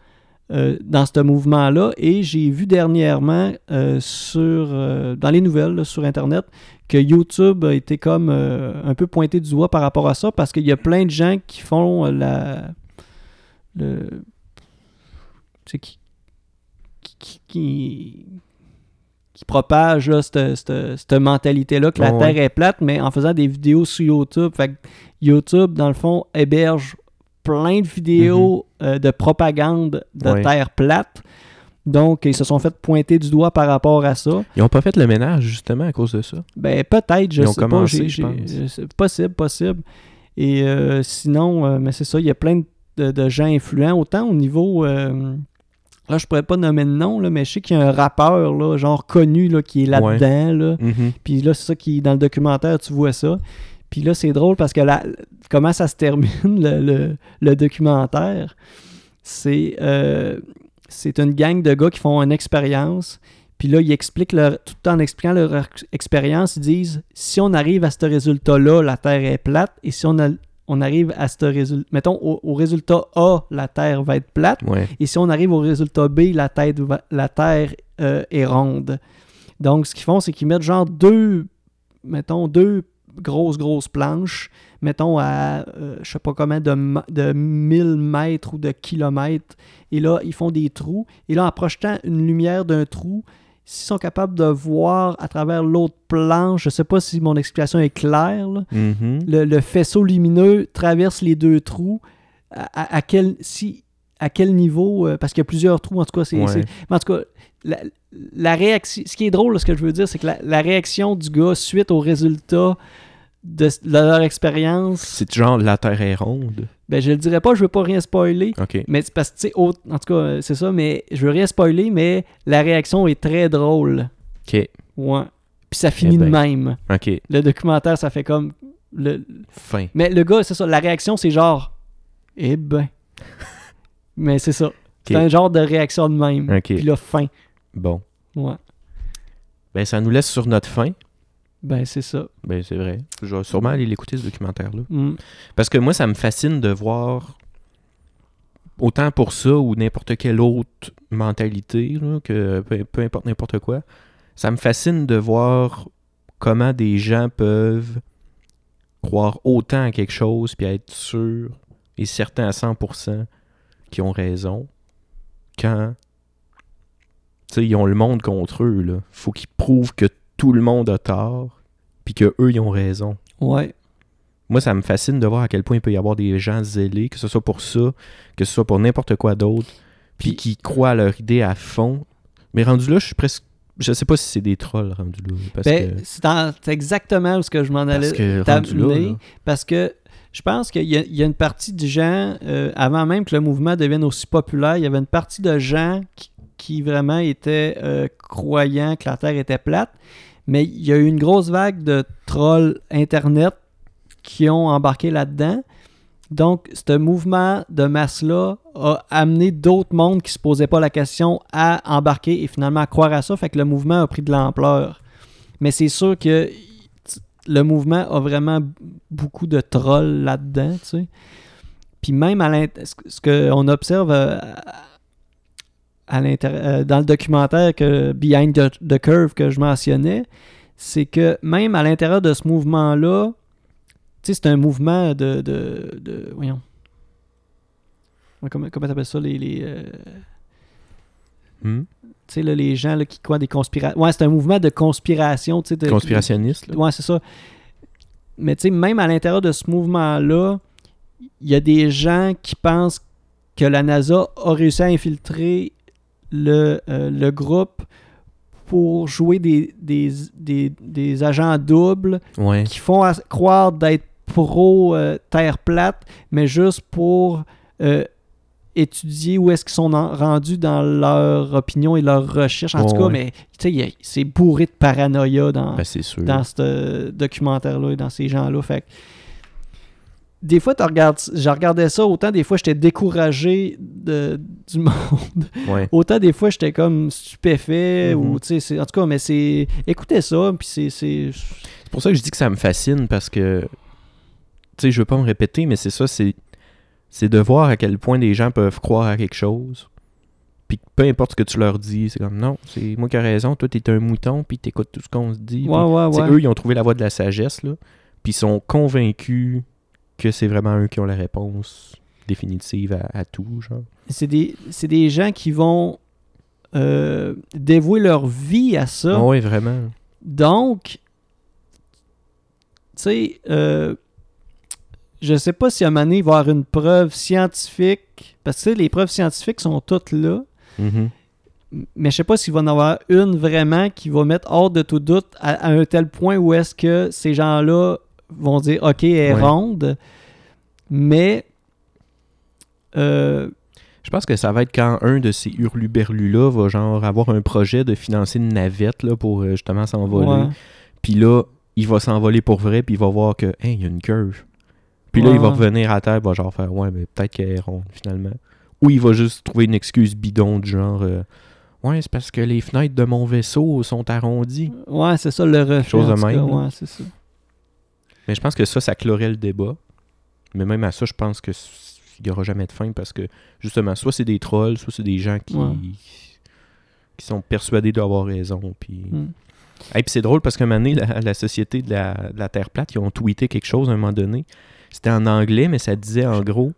Speaker 1: euh, dans ce mouvement-là. Et j'ai vu dernièrement euh, sur, euh, dans les nouvelles là, sur Internet que YouTube a été comme euh, un peu pointé du doigt par rapport à ça parce qu'il y a plein de gens qui font euh, la. Le, tu sais, qui, qui- qui, qui, qui propage là, cette, cette- cette mentalité-là que la
Speaker 2: Ouais,
Speaker 1: Terre est plate, mais en faisant des vidéos sur YouTube. Fait que YouTube, dans le fond, héberge plein de vidéos euh, de propagande de
Speaker 2: Mhm. Ouais.
Speaker 1: Terre plate. Donc, ils se sont fait pointer du doigt par rapport à ça.
Speaker 2: Ils n'ont pas fait le ménage, justement, à cause de ça.
Speaker 1: Ben peut-être, je
Speaker 2: Ils ont
Speaker 1: sais pas.
Speaker 2: commencé,
Speaker 1: j'ai-
Speaker 2: je
Speaker 1: j'ai-
Speaker 2: pense.
Speaker 1: euh, c'est Possible, possible. Et euh, sinon, euh, mais c'est ça, il y a plein de, de gens influents, autant au niveau. euh, là, je pourrais pas nommer de nom, là, mais je sais qu'il y a un rappeur, là, genre connu, là, qui est là-dedans. Là. Puis là, c'est ça qui, dans le documentaire, tu vois ça. Puis là, c'est drôle parce que la, comment ça se termine, le, le- le documentaire, c'est euh, c'est une gang de gars qui font une expérience. Puis là, ils expliquent leur, tout en expliquant leur ex- expérience, ils disent si on arrive à ce résultat-là, la Terre est plate. Et si on, a- on arrive à ce résultat, mettons au, au résultat A, la Terre va être plate.
Speaker 2: Ouais.
Speaker 1: Et si on arrive au résultat B, la, tête va- la Terre euh, est ronde. Donc, ce qu'ils font, c'est qu'ils mettent genre deux, mettons, deux grosses, grosses planches, mettons à, euh, je sais pas comment, de, m- de 1000 mètres ou de kilomètres. Et là, ils font des trous. Et là, en projetant une lumière d'un trou, s'ils sont capables de voir à travers l'autre planche, je sais pas si mon explication est claire, là,
Speaker 2: Mhm.
Speaker 1: le, le faisceau lumineux traverse les deux trous. À, à- à quel, si, à quel niveau euh, Parce qu'il y a plusieurs trous, en tout cas. c'est-
Speaker 2: Ouais.
Speaker 1: c'est- mais en tout cas, la, la réaction, ce qui est drôle, là, ce que je veux dire, c'est que la, la réaction du gars suite au résultat de, s- de leur expérience,
Speaker 2: C'est genre la Terre est ronde.
Speaker 1: ben, je le dirais pas, je veux pas rien spoiler.
Speaker 2: OK.
Speaker 1: Mais c'est parce que, tu sais, au- en tout cas, euh, c'est ça, mais je veux rien spoiler, mais la réaction est très drôle.
Speaker 2: OK.
Speaker 1: Ouais. Puis ça finit
Speaker 2: ben.
Speaker 1: de même.
Speaker 2: OK.
Speaker 1: Le documentaire, ça fait comme. Le,
Speaker 2: Fin.
Speaker 1: mais le gars, c'est ça, la réaction, c'est genre Eh ben. Mais c'est ça. C'est
Speaker 2: Ok.
Speaker 1: un genre de réaction de même.
Speaker 2: Ok.
Speaker 1: Puis là, fin.
Speaker 2: Bon.
Speaker 1: Ouais.
Speaker 2: Ben, ça nous laisse sur notre fin.
Speaker 1: Ben, c'est ça.
Speaker 2: Ben, c'est vrai. Je vais sûrement aller l'écouter, ce documentaire-là.
Speaker 1: Mm.
Speaker 2: Parce que moi, ça me fascine de voir, autant pour ça ou n'importe quelle autre mentalité, là, que peu, peu importe n'importe quoi, ça me fascine de voir comment des gens peuvent croire autant à quelque chose puis être sûrs et certains à 100% qu'ils ont raison quand tu sais, ils ont le monde contre eux. Là. Faut qu'ils prouvent que tout le monde a tort puis que eux ils ont raison.
Speaker 1: Ouais.
Speaker 2: Moi, ça me fascine de voir à quel point il peut y avoir des gens zélés, que ce soit pour ça, que ce soit pour n'importe quoi d'autre, puis qui croient à leur idée à fond. Mais rendu là, je suis presque. Je sais pas si c'est des trolls rendu là. Parce
Speaker 1: Ben,
Speaker 2: que.
Speaker 1: c'est en- c'est exactement ce que je m'en
Speaker 2: Parce
Speaker 1: allais.
Speaker 2: que rendu là,
Speaker 1: t'amener.
Speaker 2: là,
Speaker 1: Parce que je pense qu'il y, a- il y a une partie de gens, euh, avant même que le mouvement devienne aussi populaire, il y avait une partie de gens qui, qui vraiment étaient euh, croyants que la Terre était plate. Mais il y a eu une grosse vague de trolls Internet qui ont embarqué là-dedans. Donc, ce mouvement de masse-là a amené d'autres mondes qui se posaient pas la question à embarquer et finalement à croire à ça. Fait que le mouvement a pris de l'ampleur. Mais c'est sûr que le mouvement a vraiment beaucoup de trolls là-dedans, tu sais. Puis même à l'int- ce ce qu'on observe euh, à l'inter- euh, dans le documentaire que Behind the, the Curve que je mentionnais, c'est que même à l'intérieur de ce mouvement-là, tu sais, c'est un mouvement de. de, de- voyons. Ouais, Comment, comment t'appelles ça les, les, euh,
Speaker 2: Hmm?
Speaker 1: tu sais, là, les gens là, qui croient des conspirations. Ouais, c'est un mouvement de conspiration. tu sais, de-
Speaker 2: Conspirationniste. là.
Speaker 1: Ouais, c'est ça. Mais tu sais, même à l'intérieur de ce mouvement-là, il y a des gens qui pensent que la NASA a réussi à infiltrer le, euh, le groupe pour jouer des, des, des- des agents doubles
Speaker 2: Ouais.
Speaker 1: qui font as- croire d'être pro-terre plate, mais juste pour euh, étudier où est-ce qu'ils sont en- rendus dans leur opinion et leur recherche. En
Speaker 2: Ouais,
Speaker 1: tout cas,
Speaker 2: ouais.
Speaker 1: mais tu sais, il y a- c'est bourré de paranoïa dans,
Speaker 2: Ben, c'est sûr.
Speaker 1: dans ce euh, documentaire-là et dans ces gens-là. Fait que, des fois, tu regardes, je regardais ça, autant des fois j'étais découragé de, du monde,
Speaker 2: Ouais.
Speaker 1: autant des fois j'étais comme stupéfait.
Speaker 2: Mhm.
Speaker 1: ou, tu sais, c'est- en tout cas, mais c'est. Écoutez ça, puis c'est. c'est-
Speaker 2: C'est pour ça que je dis que ça me fascine parce que, tu sais, je veux pas me répéter, mais c'est ça, c'est, c'est de voir à quel point les gens peuvent croire à quelque chose. Puis que peu importe ce que tu leur dis, c'est comme non, c'est moi qui ai raison, toi t'es un mouton, puis t'écoutes tout ce qu'on se dit.
Speaker 1: Ouais,
Speaker 2: puis-
Speaker 1: ouais,
Speaker 2: Tu sais,
Speaker 1: ouais.
Speaker 2: Eux, ils ont trouvé la voie de la sagesse, là, puis ils sont convaincus que c'est vraiment eux qui ont la réponse définitive à, à tout, genre.
Speaker 1: C'est des, c'est des gens qui vont euh, dévouer leur vie à ça.
Speaker 2: Ah ouais, vraiment.
Speaker 1: Donc, tu sais, euh, je sais pas si à un moment donné, il va y avoir une preuve scientifique, parce que tu sais, les preuves scientifiques sont toutes là,
Speaker 2: Mhm.
Speaker 1: mais je sais pas s'il va y en avoir une vraiment qui va mettre hors de tout doute à, à un tel point où est-ce que ces gens-là vont dire « Ok, elle est
Speaker 2: Ouais.
Speaker 1: ronde », mais... euh,
Speaker 2: Je pense que ça va être quand un de ces hurluberlus-là va genre avoir un projet de financer une navette là, pour euh, justement s'envoler.
Speaker 1: ouais.
Speaker 2: Puis là, il va s'envoler pour vrai, puis il va voir que, hey, il y a une curve. Puis là,
Speaker 1: Ouais.
Speaker 2: il va revenir à terre, il va genre faire, ouais, mais peut-être qu'elle est ronde, finalement. Ou il va juste trouver une excuse bidon du genre, euh, ouais, c'est parce que les fenêtres de mon vaisseau sont arrondies.
Speaker 1: Ouais, c'est ça le reflet.
Speaker 2: Chose de
Speaker 1: en tout cas,
Speaker 2: même, là.
Speaker 1: ouais, c'est ça.
Speaker 2: Mais je pense que ça, ça clorait le débat. Mais même à ça, je pense que s- il n'y aura jamais de fin parce que, justement, soit c'est des trolls, soit c'est des gens qui,
Speaker 1: Ouais.
Speaker 2: qui sont persuadés d'avoir raison. Puis.
Speaker 1: Mm.
Speaker 2: Et puis c'est drôle parce qu'à un moment donné, la, la société de la, de la Terre plate, ils ont tweeté quelque chose à un moment donné. C'était en anglais, mais ça disait en gros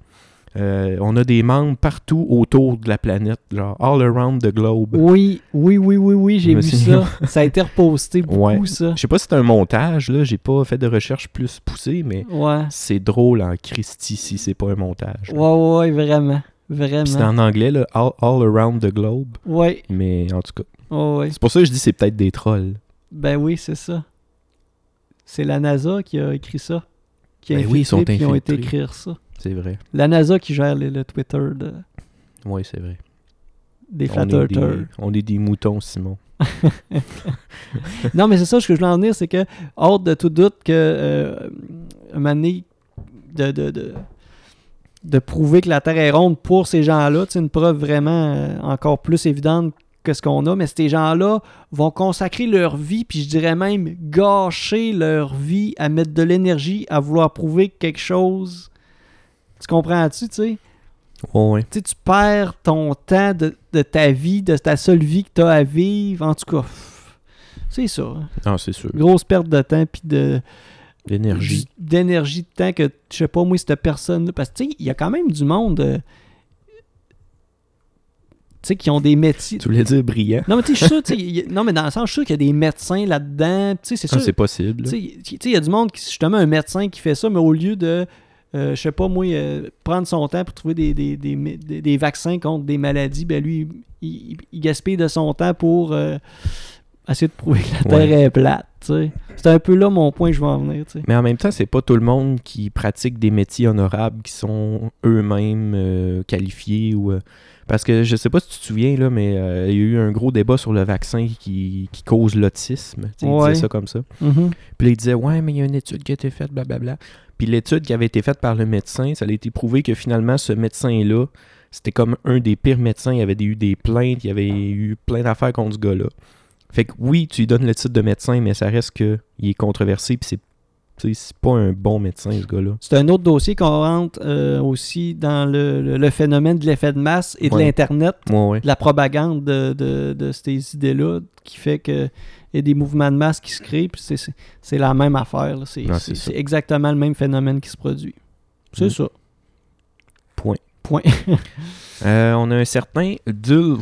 Speaker 2: euh, on a des membres partout autour de la planète, genre all around the globe.
Speaker 1: Oui, oui, oui, oui, oui, j'ai
Speaker 2: Je me
Speaker 1: vu
Speaker 2: suis-
Speaker 1: ça. ça a été reposté beaucoup,
Speaker 2: Ouais.
Speaker 1: ça.
Speaker 2: Je sais pas si c'est un montage, là, j'ai pas fait de recherche plus poussée, mais
Speaker 1: Ouais.
Speaker 2: c'est drôle en Christie si c'est pas un montage.
Speaker 1: Ouais, ouais, ouais, vraiment.
Speaker 2: Puis c'était
Speaker 1: Vraiment.
Speaker 2: en anglais, là, all, all around the globe,
Speaker 1: Ouais,
Speaker 2: mais en tout cas.
Speaker 1: ouais, ouais.
Speaker 2: C'est pour ça que je dis c'est peut-être des trolls.
Speaker 1: Ben oui, c'est ça. C'est la NASA qui a écrit ça. Qui a
Speaker 2: Ben oui, ils sont
Speaker 1: infiltré, puis ils ont été
Speaker 2: infiltrés.
Speaker 1: écrire ça.
Speaker 2: C'est vrai.
Speaker 1: La NASA qui gère le, le Twitter de-
Speaker 2: Oui, c'est vrai.
Speaker 1: des flat
Speaker 2: On est des,
Speaker 1: earthers.
Speaker 2: on est des moutons, Simon.
Speaker 1: Non, mais c'est ça ce que je voulais en venir, c'est que hors de tout doute que euh, un moment donné, de, de, de, de prouver que la Terre est ronde pour ces gens-là, c'est une preuve vraiment euh, encore plus évidente que ce qu'on a, mais ces gens-là vont consacrer leur vie, puis je dirais même gâcher leur vie à mettre de l'énergie à vouloir prouver quelque chose. Tu comprends-tu, tu sais?
Speaker 2: Ouais, ouais.
Speaker 1: Tu sais, tu perds ton temps de, de ta vie, de ta seule vie que tu as à vivre, en tout cas. pff, C'est ça. hein
Speaker 2: Non, Ah, c'est sûr.
Speaker 1: grosse perte de temps puis de
Speaker 2: L'énergie.
Speaker 1: d'énergie de temps que je sais pas moi cette personne là parce que tu sais il y a quand même du monde euh, tu sais qui ont des métiers
Speaker 2: Tu voulais dire brillant?
Speaker 1: non mais tu sais je suis sûr tu sais, il y a- non mais dans le sens je suis sûr qu'il y a des médecins là-dedans tu sais c'est
Speaker 2: Ah,
Speaker 1: sûr
Speaker 2: c'est possible.
Speaker 1: tu
Speaker 2: là.
Speaker 1: sais, il- tu sais, il y a du monde qui, justement, un médecin qui fait ça, mais au lieu de, euh, je sais pas moi, euh, prendre son temps pour trouver des, des, des, mé- des- des vaccins contre des maladies, ben lui, il, il- il gaspille de son temps pour euh, essayer de prouver que la
Speaker 2: Ouais.
Speaker 1: Terre est plate. tu sais. C'est un peu là mon point que je vais en venir. tu sais.
Speaker 2: Mais en même temps, c'est pas tout le monde qui pratique des métiers honorables qui sont eux-mêmes euh, qualifiés ou euh, parce que je sais pas si tu te souviens là, mais euh, il y a eu un gros débat sur le vaccin qui, qui cause l'autisme. Tu sais, Il
Speaker 1: Ouais.
Speaker 2: disait ça comme ça.
Speaker 1: Mhm.
Speaker 2: Puis là, il disait ouais, mais il y a une étude qui a été faite, blablabla. Puis l'étude qui avait été faite par le médecin, ça a été prouvé que finalement ce médecin-là, c'était comme un des pires médecins. Il avait eu des plaintes, il y avait eu plein d'affaires contre ce gars-là. Fait que oui, tu lui donnes le titre de médecin, mais ça reste que il est controversé, puis c'est tu sais, c'est pas un bon médecin, ce gars-là.
Speaker 1: C'est un autre dossier qu'on rentre euh, aussi dans le, le- le phénomène de l'effet de masse et de
Speaker 2: Ouais.
Speaker 1: l'Internet,
Speaker 2: Ouais, ouais.
Speaker 1: de la propagande de, de- de ces idées-là qui fait que il y a des mouvements de masse qui se créent, puis c'est- c'est c'est la même affaire. là. C'est
Speaker 2: Non,
Speaker 1: c'est-
Speaker 2: c'est ça.
Speaker 1: c'est exactement le même phénomène qui se produit. C'est
Speaker 2: Mm.
Speaker 1: ça.
Speaker 2: Point.
Speaker 1: Point.
Speaker 2: Euh, on a un certain Dul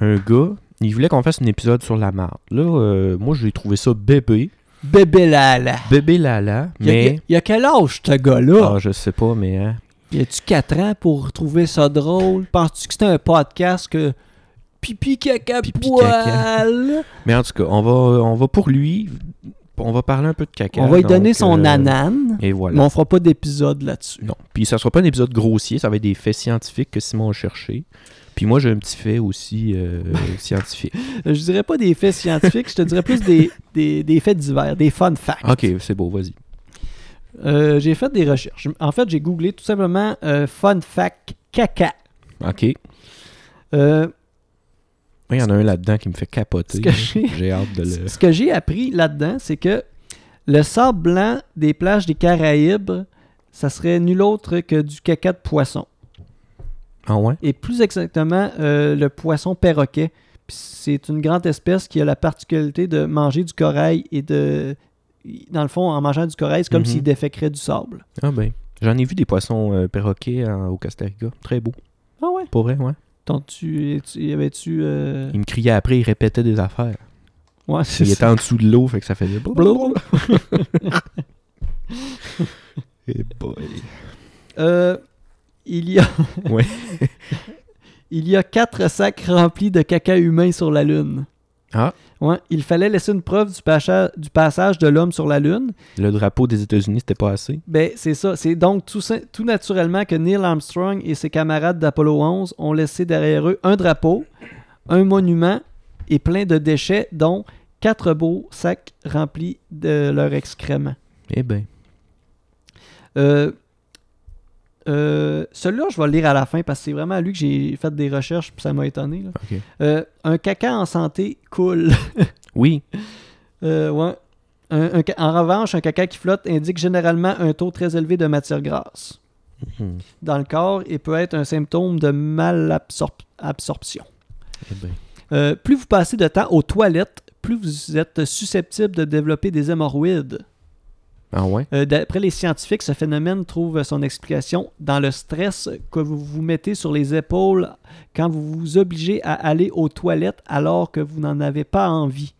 Speaker 2: un gars. Il voulait qu'on fasse un épisode sur la marde. Là, euh, moi, j'ai trouvé ça bébé.
Speaker 1: Bébé Lala.
Speaker 2: Bébé Lala,
Speaker 1: Il y a-
Speaker 2: mais...
Speaker 1: il y, a quel âge, ce gars-là?
Speaker 2: Ah, je sais pas, mais hein,
Speaker 1: Y a-tu 4 ans pour trouver ça drôle? Penses-tu que c'était un podcast que pipi caca
Speaker 2: Pipi,
Speaker 1: poil?
Speaker 2: Mais en tout cas, on va, on va pour lui, on va parler un peu de caca.
Speaker 1: On va lui
Speaker 2: donc,
Speaker 1: donner son
Speaker 2: euh,
Speaker 1: anane,
Speaker 2: Et
Speaker 1: mais
Speaker 2: voilà.
Speaker 1: on fera pas d'épisode là-dessus.
Speaker 2: Non. Puis ça sera pas un épisode grossier, ça va être des faits scientifiques que Simon a cherché. Puis moi, j'ai un petit fait aussi euh, scientifique.
Speaker 1: Je dirais pas des faits scientifiques, je te dirais plus des, des, des faits divers, des fun facts.
Speaker 2: Ok, c'est beau, vas-y.
Speaker 1: Euh, j'ai fait des recherches. En fait, j'ai googlé tout simplement euh, fun fact caca.
Speaker 2: Ok. Il
Speaker 1: Euh,
Speaker 2: y en a un là-dedans qui me fait capoter.
Speaker 1: Ce que j'ai-
Speaker 2: J'ai hâte de le.
Speaker 1: Ce que j'ai appris là-dedans, c'est que le sable blanc des plages des Caraïbes, ça serait nul autre que du caca de poisson.
Speaker 2: Ah ouais?
Speaker 1: Et plus exactement, euh, le poisson perroquet. Puis C'est une grande espèce qui a la particularité de manger du corail et de. Dans le fond, en mangeant du corail, c'est comme
Speaker 2: Mhm.
Speaker 1: s'il déféquerait du sable.
Speaker 2: Ah ben. J'en ai vu des poissons euh, perroquets en- au Costa Rica. Très beau.
Speaker 1: Ah ouais?
Speaker 2: Pour vrai, ouais.
Speaker 1: tu tu- avais-tu. euh,
Speaker 2: Il me criait après, il répétait des affaires.
Speaker 1: Ouais, c'est
Speaker 2: Il
Speaker 1: ça.
Speaker 2: était en dessous de l'eau, fait que ça faisait.
Speaker 1: Blou.
Speaker 2: Eh boy.
Speaker 1: Euh, il y a.
Speaker 2: Ouais.
Speaker 1: il y a quatre sacs remplis de caca humain sur la Lune.
Speaker 2: Ah.
Speaker 1: Ouais, il fallait laisser une preuve du, pacha- du passage de l'homme sur la Lune.
Speaker 2: Le drapeau des États-Unis, c'était pas assez.
Speaker 1: Ben, c'est ça. C'est donc tout, sin- tout naturellement que Neil Armstrong et ses camarades d'Apollo 11 ont laissé derrière eux un drapeau, un monument et plein de déchets, dont quatre beaux sacs remplis de leurs excréments.
Speaker 2: Eh ben.
Speaker 1: Euh, euh, Celui-là, je vais le lire à la fin parce que c'est vraiment à lui que j'ai fait des recherches puis ça m'a étonné. là.
Speaker 2: OK.
Speaker 1: Euh, un caca en santé coule.
Speaker 2: Oui.
Speaker 1: Euh, ouais. Un- un ca- en revanche, un caca qui flotte indique généralement un taux très élevé de matière grasse
Speaker 2: Hmm.
Speaker 1: dans le corps et peut être un symptôme de malabsorption.
Speaker 2: Eh ben.
Speaker 1: Euh, plus vous passez de temps aux toilettes, plus vous êtes susceptible de développer des hémorroïdes.
Speaker 2: Ah ouais?
Speaker 1: Euh, D'après les scientifiques, ce phénomène trouve son explication dans le stress que vous vous mettez sur les épaules quand vous vous obligez à aller aux toilettes alors que vous n'en avez pas envie.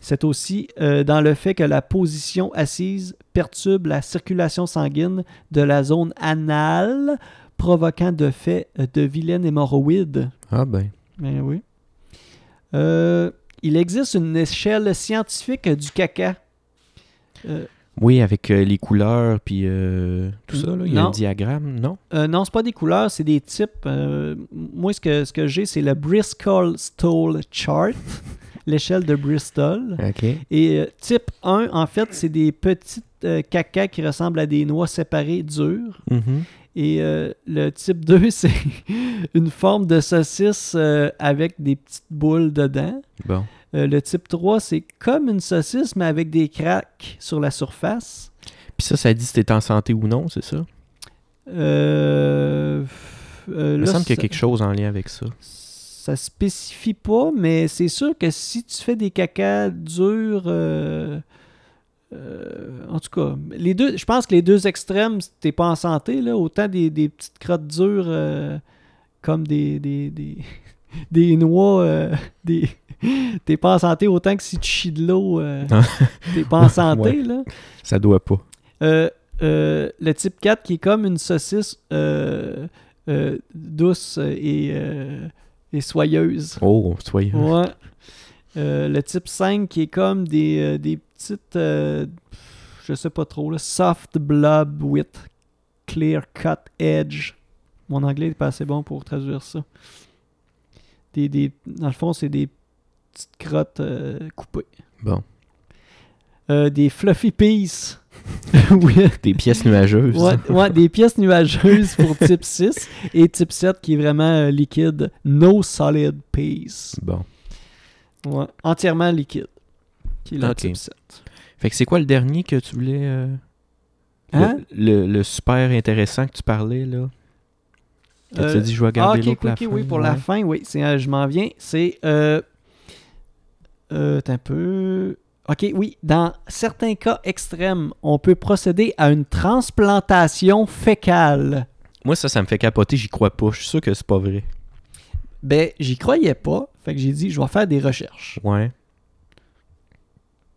Speaker 1: C'est aussi euh, dans le fait que la position assise perturbe la circulation sanguine de la zone anale, provoquant de fait euh, de vilaines hémorroïdes.
Speaker 2: Ah ben.
Speaker 1: Ben oui. Euh, il existe une échelle scientifique du caca. Euh,
Speaker 2: Oui, avec euh, les couleurs, puis euh, tout ça, là. Il y a
Speaker 1: Non.
Speaker 2: un diagramme, non?
Speaker 1: Euh, non, c'est pas des couleurs, c'est des types. Euh, moi, ce que, ce que j'ai, c'est le Bristol-Stoll Chart, l'échelle de Bristol.
Speaker 2: OK.
Speaker 1: Et euh, type 1, en fait, c'est des petites euh, cacas qui ressemblent à des noix séparées dures.
Speaker 2: Mm-hmm.
Speaker 1: Et euh, le type 2, c'est une forme de saucisse euh, avec des petites boules dedans.
Speaker 2: Bon.
Speaker 1: Euh, le type 3, c'est comme une saucisse, mais avec des craques sur la surface.
Speaker 2: Puis ça, ça dit si t'es en santé ou non, c'est ça?
Speaker 1: Euh, euh,
Speaker 2: Il me
Speaker 1: là,
Speaker 2: semble qu'il y a
Speaker 1: ça-
Speaker 2: quelque chose en lien avec ça.
Speaker 1: ça spécifie pas, mais c'est sûr que si tu fais des cacas durs, euh, euh, en tout cas, les deux, je pense que les deux extrêmes, t'es pas en santé, là, autant des, des petites crottes dures euh, comme des, des, des, des noix, euh, des... T'es pas en santé autant que si tu chies de l'eau, euh,
Speaker 2: Ah.
Speaker 1: t'es pas en santé,
Speaker 2: Ouais.
Speaker 1: là.
Speaker 2: Ça doit pas.
Speaker 1: Euh, euh, le type 4 qui est comme une saucisse euh, euh, douce et euh, et soyeuse.
Speaker 2: Oh, soyez.
Speaker 1: Ouais. Euh, le type 5 qui est comme des, euh, des petites, euh, je sais pas trop, là, soft blob with clear cut edge. Mon anglais n'est pas assez bon pour traduire ça. Des, des, dans le fond, c'est des petites crottes euh, coupées.
Speaker 2: Bon.
Speaker 1: Euh, des fluffy peas. oui.
Speaker 2: Des pièces nuageuses.
Speaker 1: Ouais, ouais, des pièces nuageuses pour type 6 et type 7 qui est vraiment euh, liquide. No solid peas.
Speaker 2: Bon.
Speaker 1: Ouais, entièrement liquide. Qui est le
Speaker 2: Ok.
Speaker 1: type 7.
Speaker 2: Fait que c'est quoi le dernier que tu voulais. euh, le-
Speaker 1: Hein?
Speaker 2: le, le super intéressant que tu parlais, là. Que
Speaker 1: Euh,
Speaker 2: tu as dit, je vais
Speaker 1: Ah,
Speaker 2: garder
Speaker 1: ok,
Speaker 2: l'autre
Speaker 1: ok,
Speaker 2: la
Speaker 1: ok,
Speaker 2: fin,
Speaker 1: oui, pour la
Speaker 2: ouais.
Speaker 1: fin, oui, c'est, euh, je m'en viens. C'est. Euh, euh, t'as un peu. Ok, oui, dans certains cas extrêmes, on peut procéder à une transplantation fécale.
Speaker 2: Moi, ça, ça me fait capoter, j'y crois pas. Je suis sûr que c'est pas vrai.
Speaker 1: Ben, j'y croyais pas, fait que j'ai dit, je vais faire des recherches
Speaker 2: Ouais.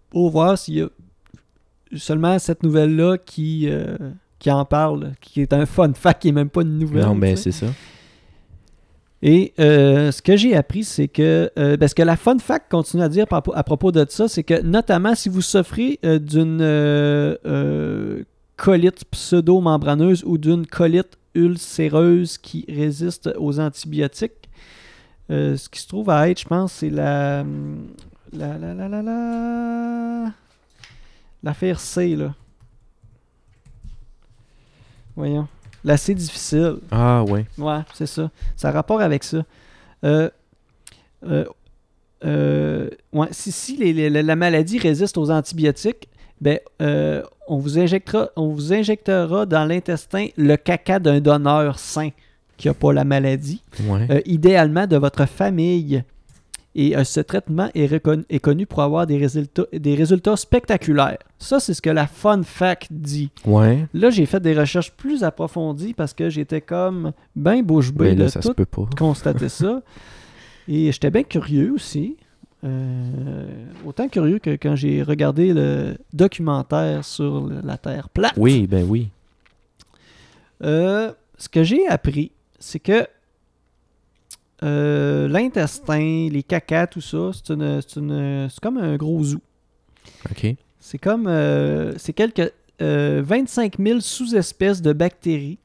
Speaker 1: pour voir s'il y a seulement cette nouvelle-là qui, euh, qui en parle, qui est un fun fact, qui est même pas une nouvelle.
Speaker 2: non, ben
Speaker 1: tu sais.
Speaker 2: c'est ça.
Speaker 1: Et euh, ce que j'ai appris, c'est que. euh, parce que la fun fact continue à dire par- à propos de ça, c'est que notamment si vous souffrez euh, d'une euh, euh, colite pseudo-membraneuse ou d'une colite ulcéreuse qui résiste aux antibiotiques, euh, ce qui se trouve à être, je pense, c'est la. La. La. La. La. la... L'affaire C, là. Voyons. La C difficile.
Speaker 2: Ah, ouais.
Speaker 1: Ouais, c'est ça. Ça a rapport avec ça. Euh, euh, euh, ouais, si si les- les- la- la maladie résiste aux antibiotiques, ben, euh, on, vous injectera, on vous injectera dans l'intestin le caca d'un donneur sain qui n'a pas la maladie,
Speaker 2: Ouais.
Speaker 1: euh, idéalement de votre famille. Et euh, ce traitement est, reconnu- est connu pour avoir des résultats, des résultats spectaculaires. Ça, c'est ce que la fun fact dit.
Speaker 2: ouais.
Speaker 1: Là, j'ai fait des recherches plus approfondies parce que j'étais comme ben bouche bée
Speaker 2: Ben là,
Speaker 1: de
Speaker 2: ça se
Speaker 1: tout
Speaker 2: peut pas.
Speaker 1: constater ça. Et j'étais bien curieux aussi. Euh, autant curieux que quand j'ai regardé le documentaire sur le- la Terre plate.
Speaker 2: Oui, ben oui.
Speaker 1: Euh, ce que j'ai appris, c'est que euh, l'intestin, les cacas, tout ça, c'est une- c'est une- c'est comme un gros zoo.
Speaker 2: OK.
Speaker 1: C'est comme. euh, c'est quelques euh, 25 000 sous-espèces de bactéries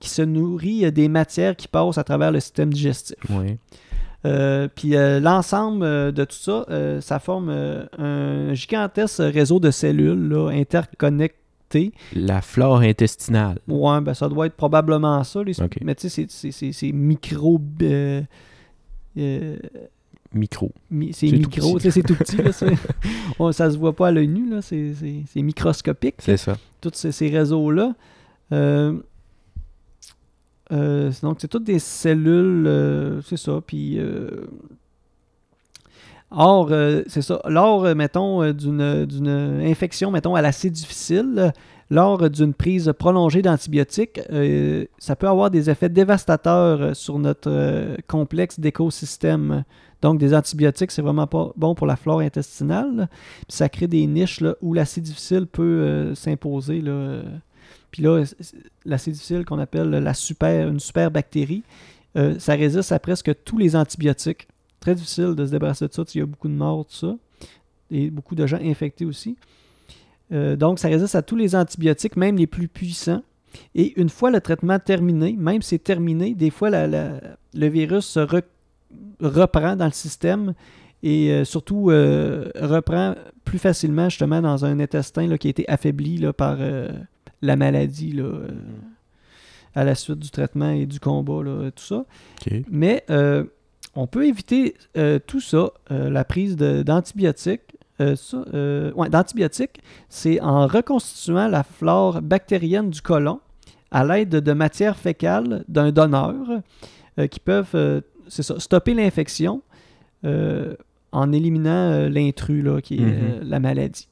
Speaker 1: qui se nourrissent des matières qui passent à travers le système digestif.
Speaker 2: Ouais.
Speaker 1: Euh, Puis euh, l'ensemble euh, de tout ça, euh, ça forme euh, un gigantesque réseau de cellules là, interconnectées.
Speaker 2: La flore intestinale.
Speaker 1: Ouais, ben, ça doit être probablement ça. les-
Speaker 2: Ok.
Speaker 1: Mais tu sais, c'est- c'est- c'est c'est micro. euh, euh,
Speaker 2: Micro.
Speaker 1: mi- c'est
Speaker 2: C'est tout
Speaker 1: micro, tu
Speaker 2: petit.
Speaker 1: sais, c'est tout petit. Là, c'est- on- ça se voit pas à l'œil nu, là, c'est- c'est c'est microscopique.
Speaker 2: C'est ça.
Speaker 1: tous ces, ces réseaux-là. Euh, euh, donc, c'est toutes des cellules, euh, c'est ça. Puis, euh, or, euh, c'est ça. Lors, euh, mettons, euh, d'une d'une infection, mettons, à la C difficile, là, lors euh, d'une prise prolongée d'antibiotiques, euh, ça peut avoir des effets dévastateurs euh, sur notre euh, complexe d'écosystème. Donc, des antibiotiques, c'est vraiment pas bon pour la flore intestinale. là. Puis ça crée des niches là, où l'acide difficile peut euh, s'imposer. là, euh. Puis là, c- c- l'acide difficile qu'on appelle la super, une super bactérie, euh, ça résiste à presque tous les antibiotiques. Très difficile de se débarrasser de ça. Il y a beaucoup de morts, tout ça. Et beaucoup de gens infectés aussi. Euh, donc, ça résiste à tous les antibiotiques, même les plus puissants. Et une fois le traitement terminé, même si c'est terminé, des fois la- la- le virus se re- reprend dans le système et euh, surtout euh, reprend plus facilement justement dans un intestin là, qui a été affaibli là, par euh, la maladie là, euh, à la suite du traitement et du combat, là, tout ça.
Speaker 2: OK.
Speaker 1: Mais euh, on peut éviter euh, tout ça, euh, la prise de- d'antibiotiques. euh, ça, euh, ouais, d'antibiotiques, c'est en reconstituant la flore bactérienne du côlon à l'aide de matières fécales d'un donneur euh, qui peuvent euh, c'est ça, stopper l'infection euh, en éliminant euh, l'intrus, là, qui est euh, la maladie,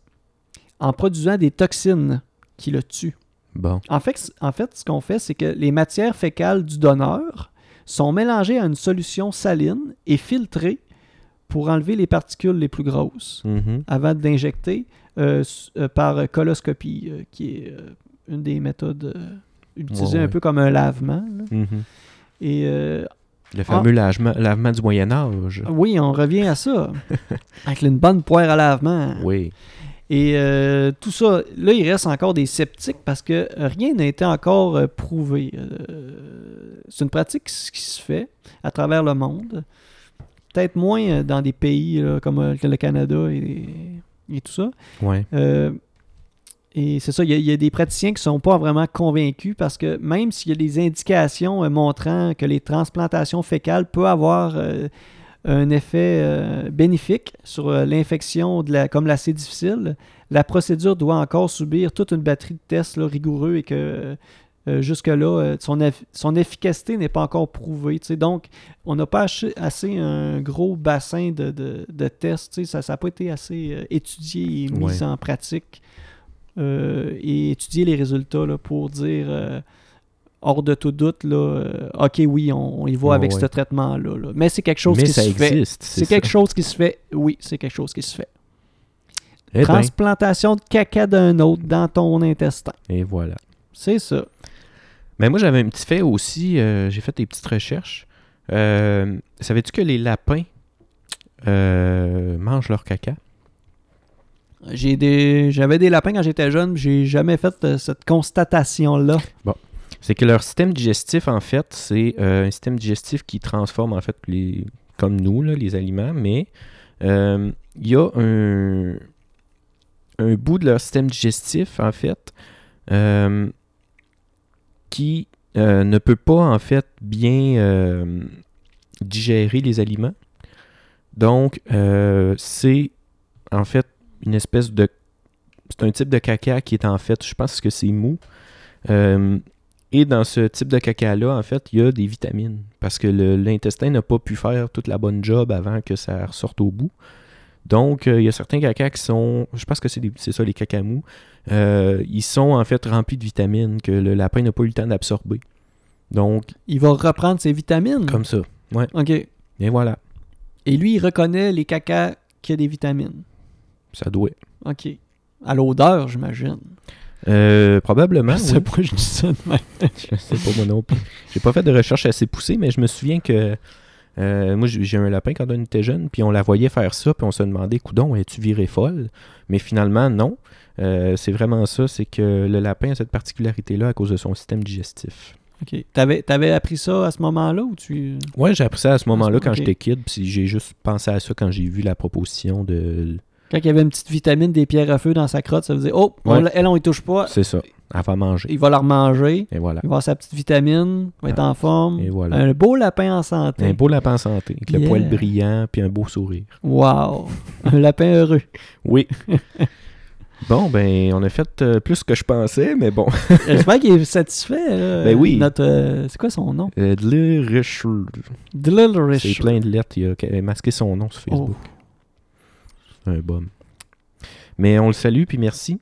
Speaker 1: en produisant des toxines qui le tuent.
Speaker 2: Bon.
Speaker 1: En fait, c- en fait ce qu'on fait, c'est que les matières fécales du donneur sont mélangées à une solution saline et filtrées pour enlever les particules les plus grosses
Speaker 2: Mhm.
Speaker 1: avant d'injecter euh, s- euh, par coloscopie, euh, qui est euh, une des méthodes euh, utilisées
Speaker 2: Ouais,
Speaker 1: un
Speaker 2: ouais. Mm-hmm.
Speaker 1: peu comme un lavement. là.
Speaker 2: Mhm.
Speaker 1: Et euh,
Speaker 2: Le fameux lavement, lavement du Moyen-Âge.
Speaker 1: Oui, on revient à ça. Avec une bonne poire à lavement.
Speaker 2: Oui.
Speaker 1: Et euh, tout ça, là, il reste encore des sceptiques parce que rien n'a été encore euh, prouvé. Euh, c'est une pratique s- qui se fait à travers le monde. Peut-être moins euh, dans des pays là, comme euh, le Canada et, et tout ça.
Speaker 2: Ouais.
Speaker 1: Euh, et c'est ça, il y, a- il y a des praticiens qui ne sont pas vraiment convaincus parce que même s'il y a des indications euh, montrant que les transplantations fécales peuvent avoir euh, un effet euh, bénéfique sur euh, l'infection de la, comme la C difficile, la procédure doit encore subir toute une batterie de tests là, rigoureux et que euh, jusque-là, euh, son, eff- son efficacité n'est pas encore prouvée. tu sais. Donc, on n'a pas ach- assez un gros bassin de, de- de tests. tu sais. Ça n'a pas été assez euh, étudié et mis
Speaker 2: Ouais.
Speaker 1: en pratique euh, et étudier les résultats là, pour dire euh, hors de tout doute, là, euh, OK, oui, on, on y va
Speaker 2: Ouais,
Speaker 1: avec
Speaker 2: ouais.
Speaker 1: ce traitement-là. là. Mais c'est quelque chose
Speaker 2: Mais
Speaker 1: qui
Speaker 2: ça
Speaker 1: se fait.
Speaker 2: existe.
Speaker 1: C'est quelque chose qui se fait. Oui, c'est quelque chose qui se fait.
Speaker 2: chose.
Speaker 1: Transplantation de caca d'un autre dans ton intestin.
Speaker 2: Et voilà.
Speaker 1: C'est ça.
Speaker 2: Mais moi, j'avais un petit fait aussi. euh, j'ai fait des petites recherches. Euh, Savais-tu que les lapins euh, mangent leur caca?
Speaker 1: J'ai des, j'avais des lapins quand j'étais jeune, mais j'ai jamais fait euh, cette constatation là.
Speaker 2: C'est que leur système digestif, en fait, c'est euh, un système digestif qui transforme, en fait, les, comme nous, là, les aliments, mais euh, il y a un, un bout de leur système digestif, en fait, euh, qui euh, ne peut pas, en fait, bien euh, digérer les aliments. Donc, euh, c'est, en fait, une espèce de... C'est un type de caca qui est, en fait, je pense que c'est mou. Euh, et dans ce type de caca-là, en fait, il y a des vitamines. Parce que le- l'intestin n'a pas pu faire toute la bonne job avant que ça ressorte au bout. Donc, euh, il y a certains cacas qui sont. Je pense que c'est des- c'est ça, les cacas mous. Euh, ils sont en fait remplis de vitamines que le lapin n'a pas eu le temps d'absorber. Donc,
Speaker 1: Il va reprendre ses vitamines.
Speaker 2: comme ça.
Speaker 1: OK. Et
Speaker 2: Et voilà.
Speaker 1: lui, il reconnaît les cacas qui a des vitamines.
Speaker 2: Ça doit.
Speaker 1: OK. À l'odeur, j'imagine.
Speaker 2: Euh, probablement.
Speaker 1: Je sais
Speaker 2: oui.
Speaker 1: pas, je dis ça de même.
Speaker 2: Je sais pas moi non plus. J'ai pas fait de recherche assez poussée, mais je me souviens que euh, moi j'ai j'ai un lapin quand on était jeune, puis on la voyait faire ça, puis on se demandait, coudon, es-tu virée folle? Mais finalement, non. Euh, c'est vraiment ça, c'est que le lapin a cette particularité-là à cause de son système digestif.
Speaker 1: OK. T'avais, t'avais appris ça à ce moment-là ou tu.
Speaker 2: Ouais, j'ai appris ça à ce moment-là quand
Speaker 1: Ok.
Speaker 2: j'étais kid, puis j'ai juste pensé à ça quand j'ai vu la proposition de.
Speaker 1: Quand il y avait une petite vitamine des pierres à feu dans sa crotte, ça faisait Oh, on
Speaker 2: Ouais.
Speaker 1: l'a- elle, on y touche pas.
Speaker 2: C'est ça, avant manger.
Speaker 1: Il va la remanger.
Speaker 2: Et voilà.
Speaker 1: Il va avoir sa petite vitamine. Il va être en forme.
Speaker 2: Ah. Et voilà.
Speaker 1: Un beau lapin en santé.
Speaker 2: Un beau lapin en santé, avec le
Speaker 1: Yeah.
Speaker 2: poil brillant, puis un beau sourire.
Speaker 1: Wow. un lapin heureux.
Speaker 2: Oui. bon, ben, on a fait euh, plus que je pensais, mais bon.
Speaker 1: J'espère qu'il est satisfait. là.
Speaker 2: Ben oui.
Speaker 1: Notre, euh, c'est quoi son nom?
Speaker 2: Euh, Dle Richard.
Speaker 1: Little
Speaker 2: C'est
Speaker 1: Richard.
Speaker 2: plein de lettres. Il a ca- masqué son nom sur
Speaker 1: Oh.
Speaker 2: Facebook. C'est un bum. Mais on le salue, puis merci.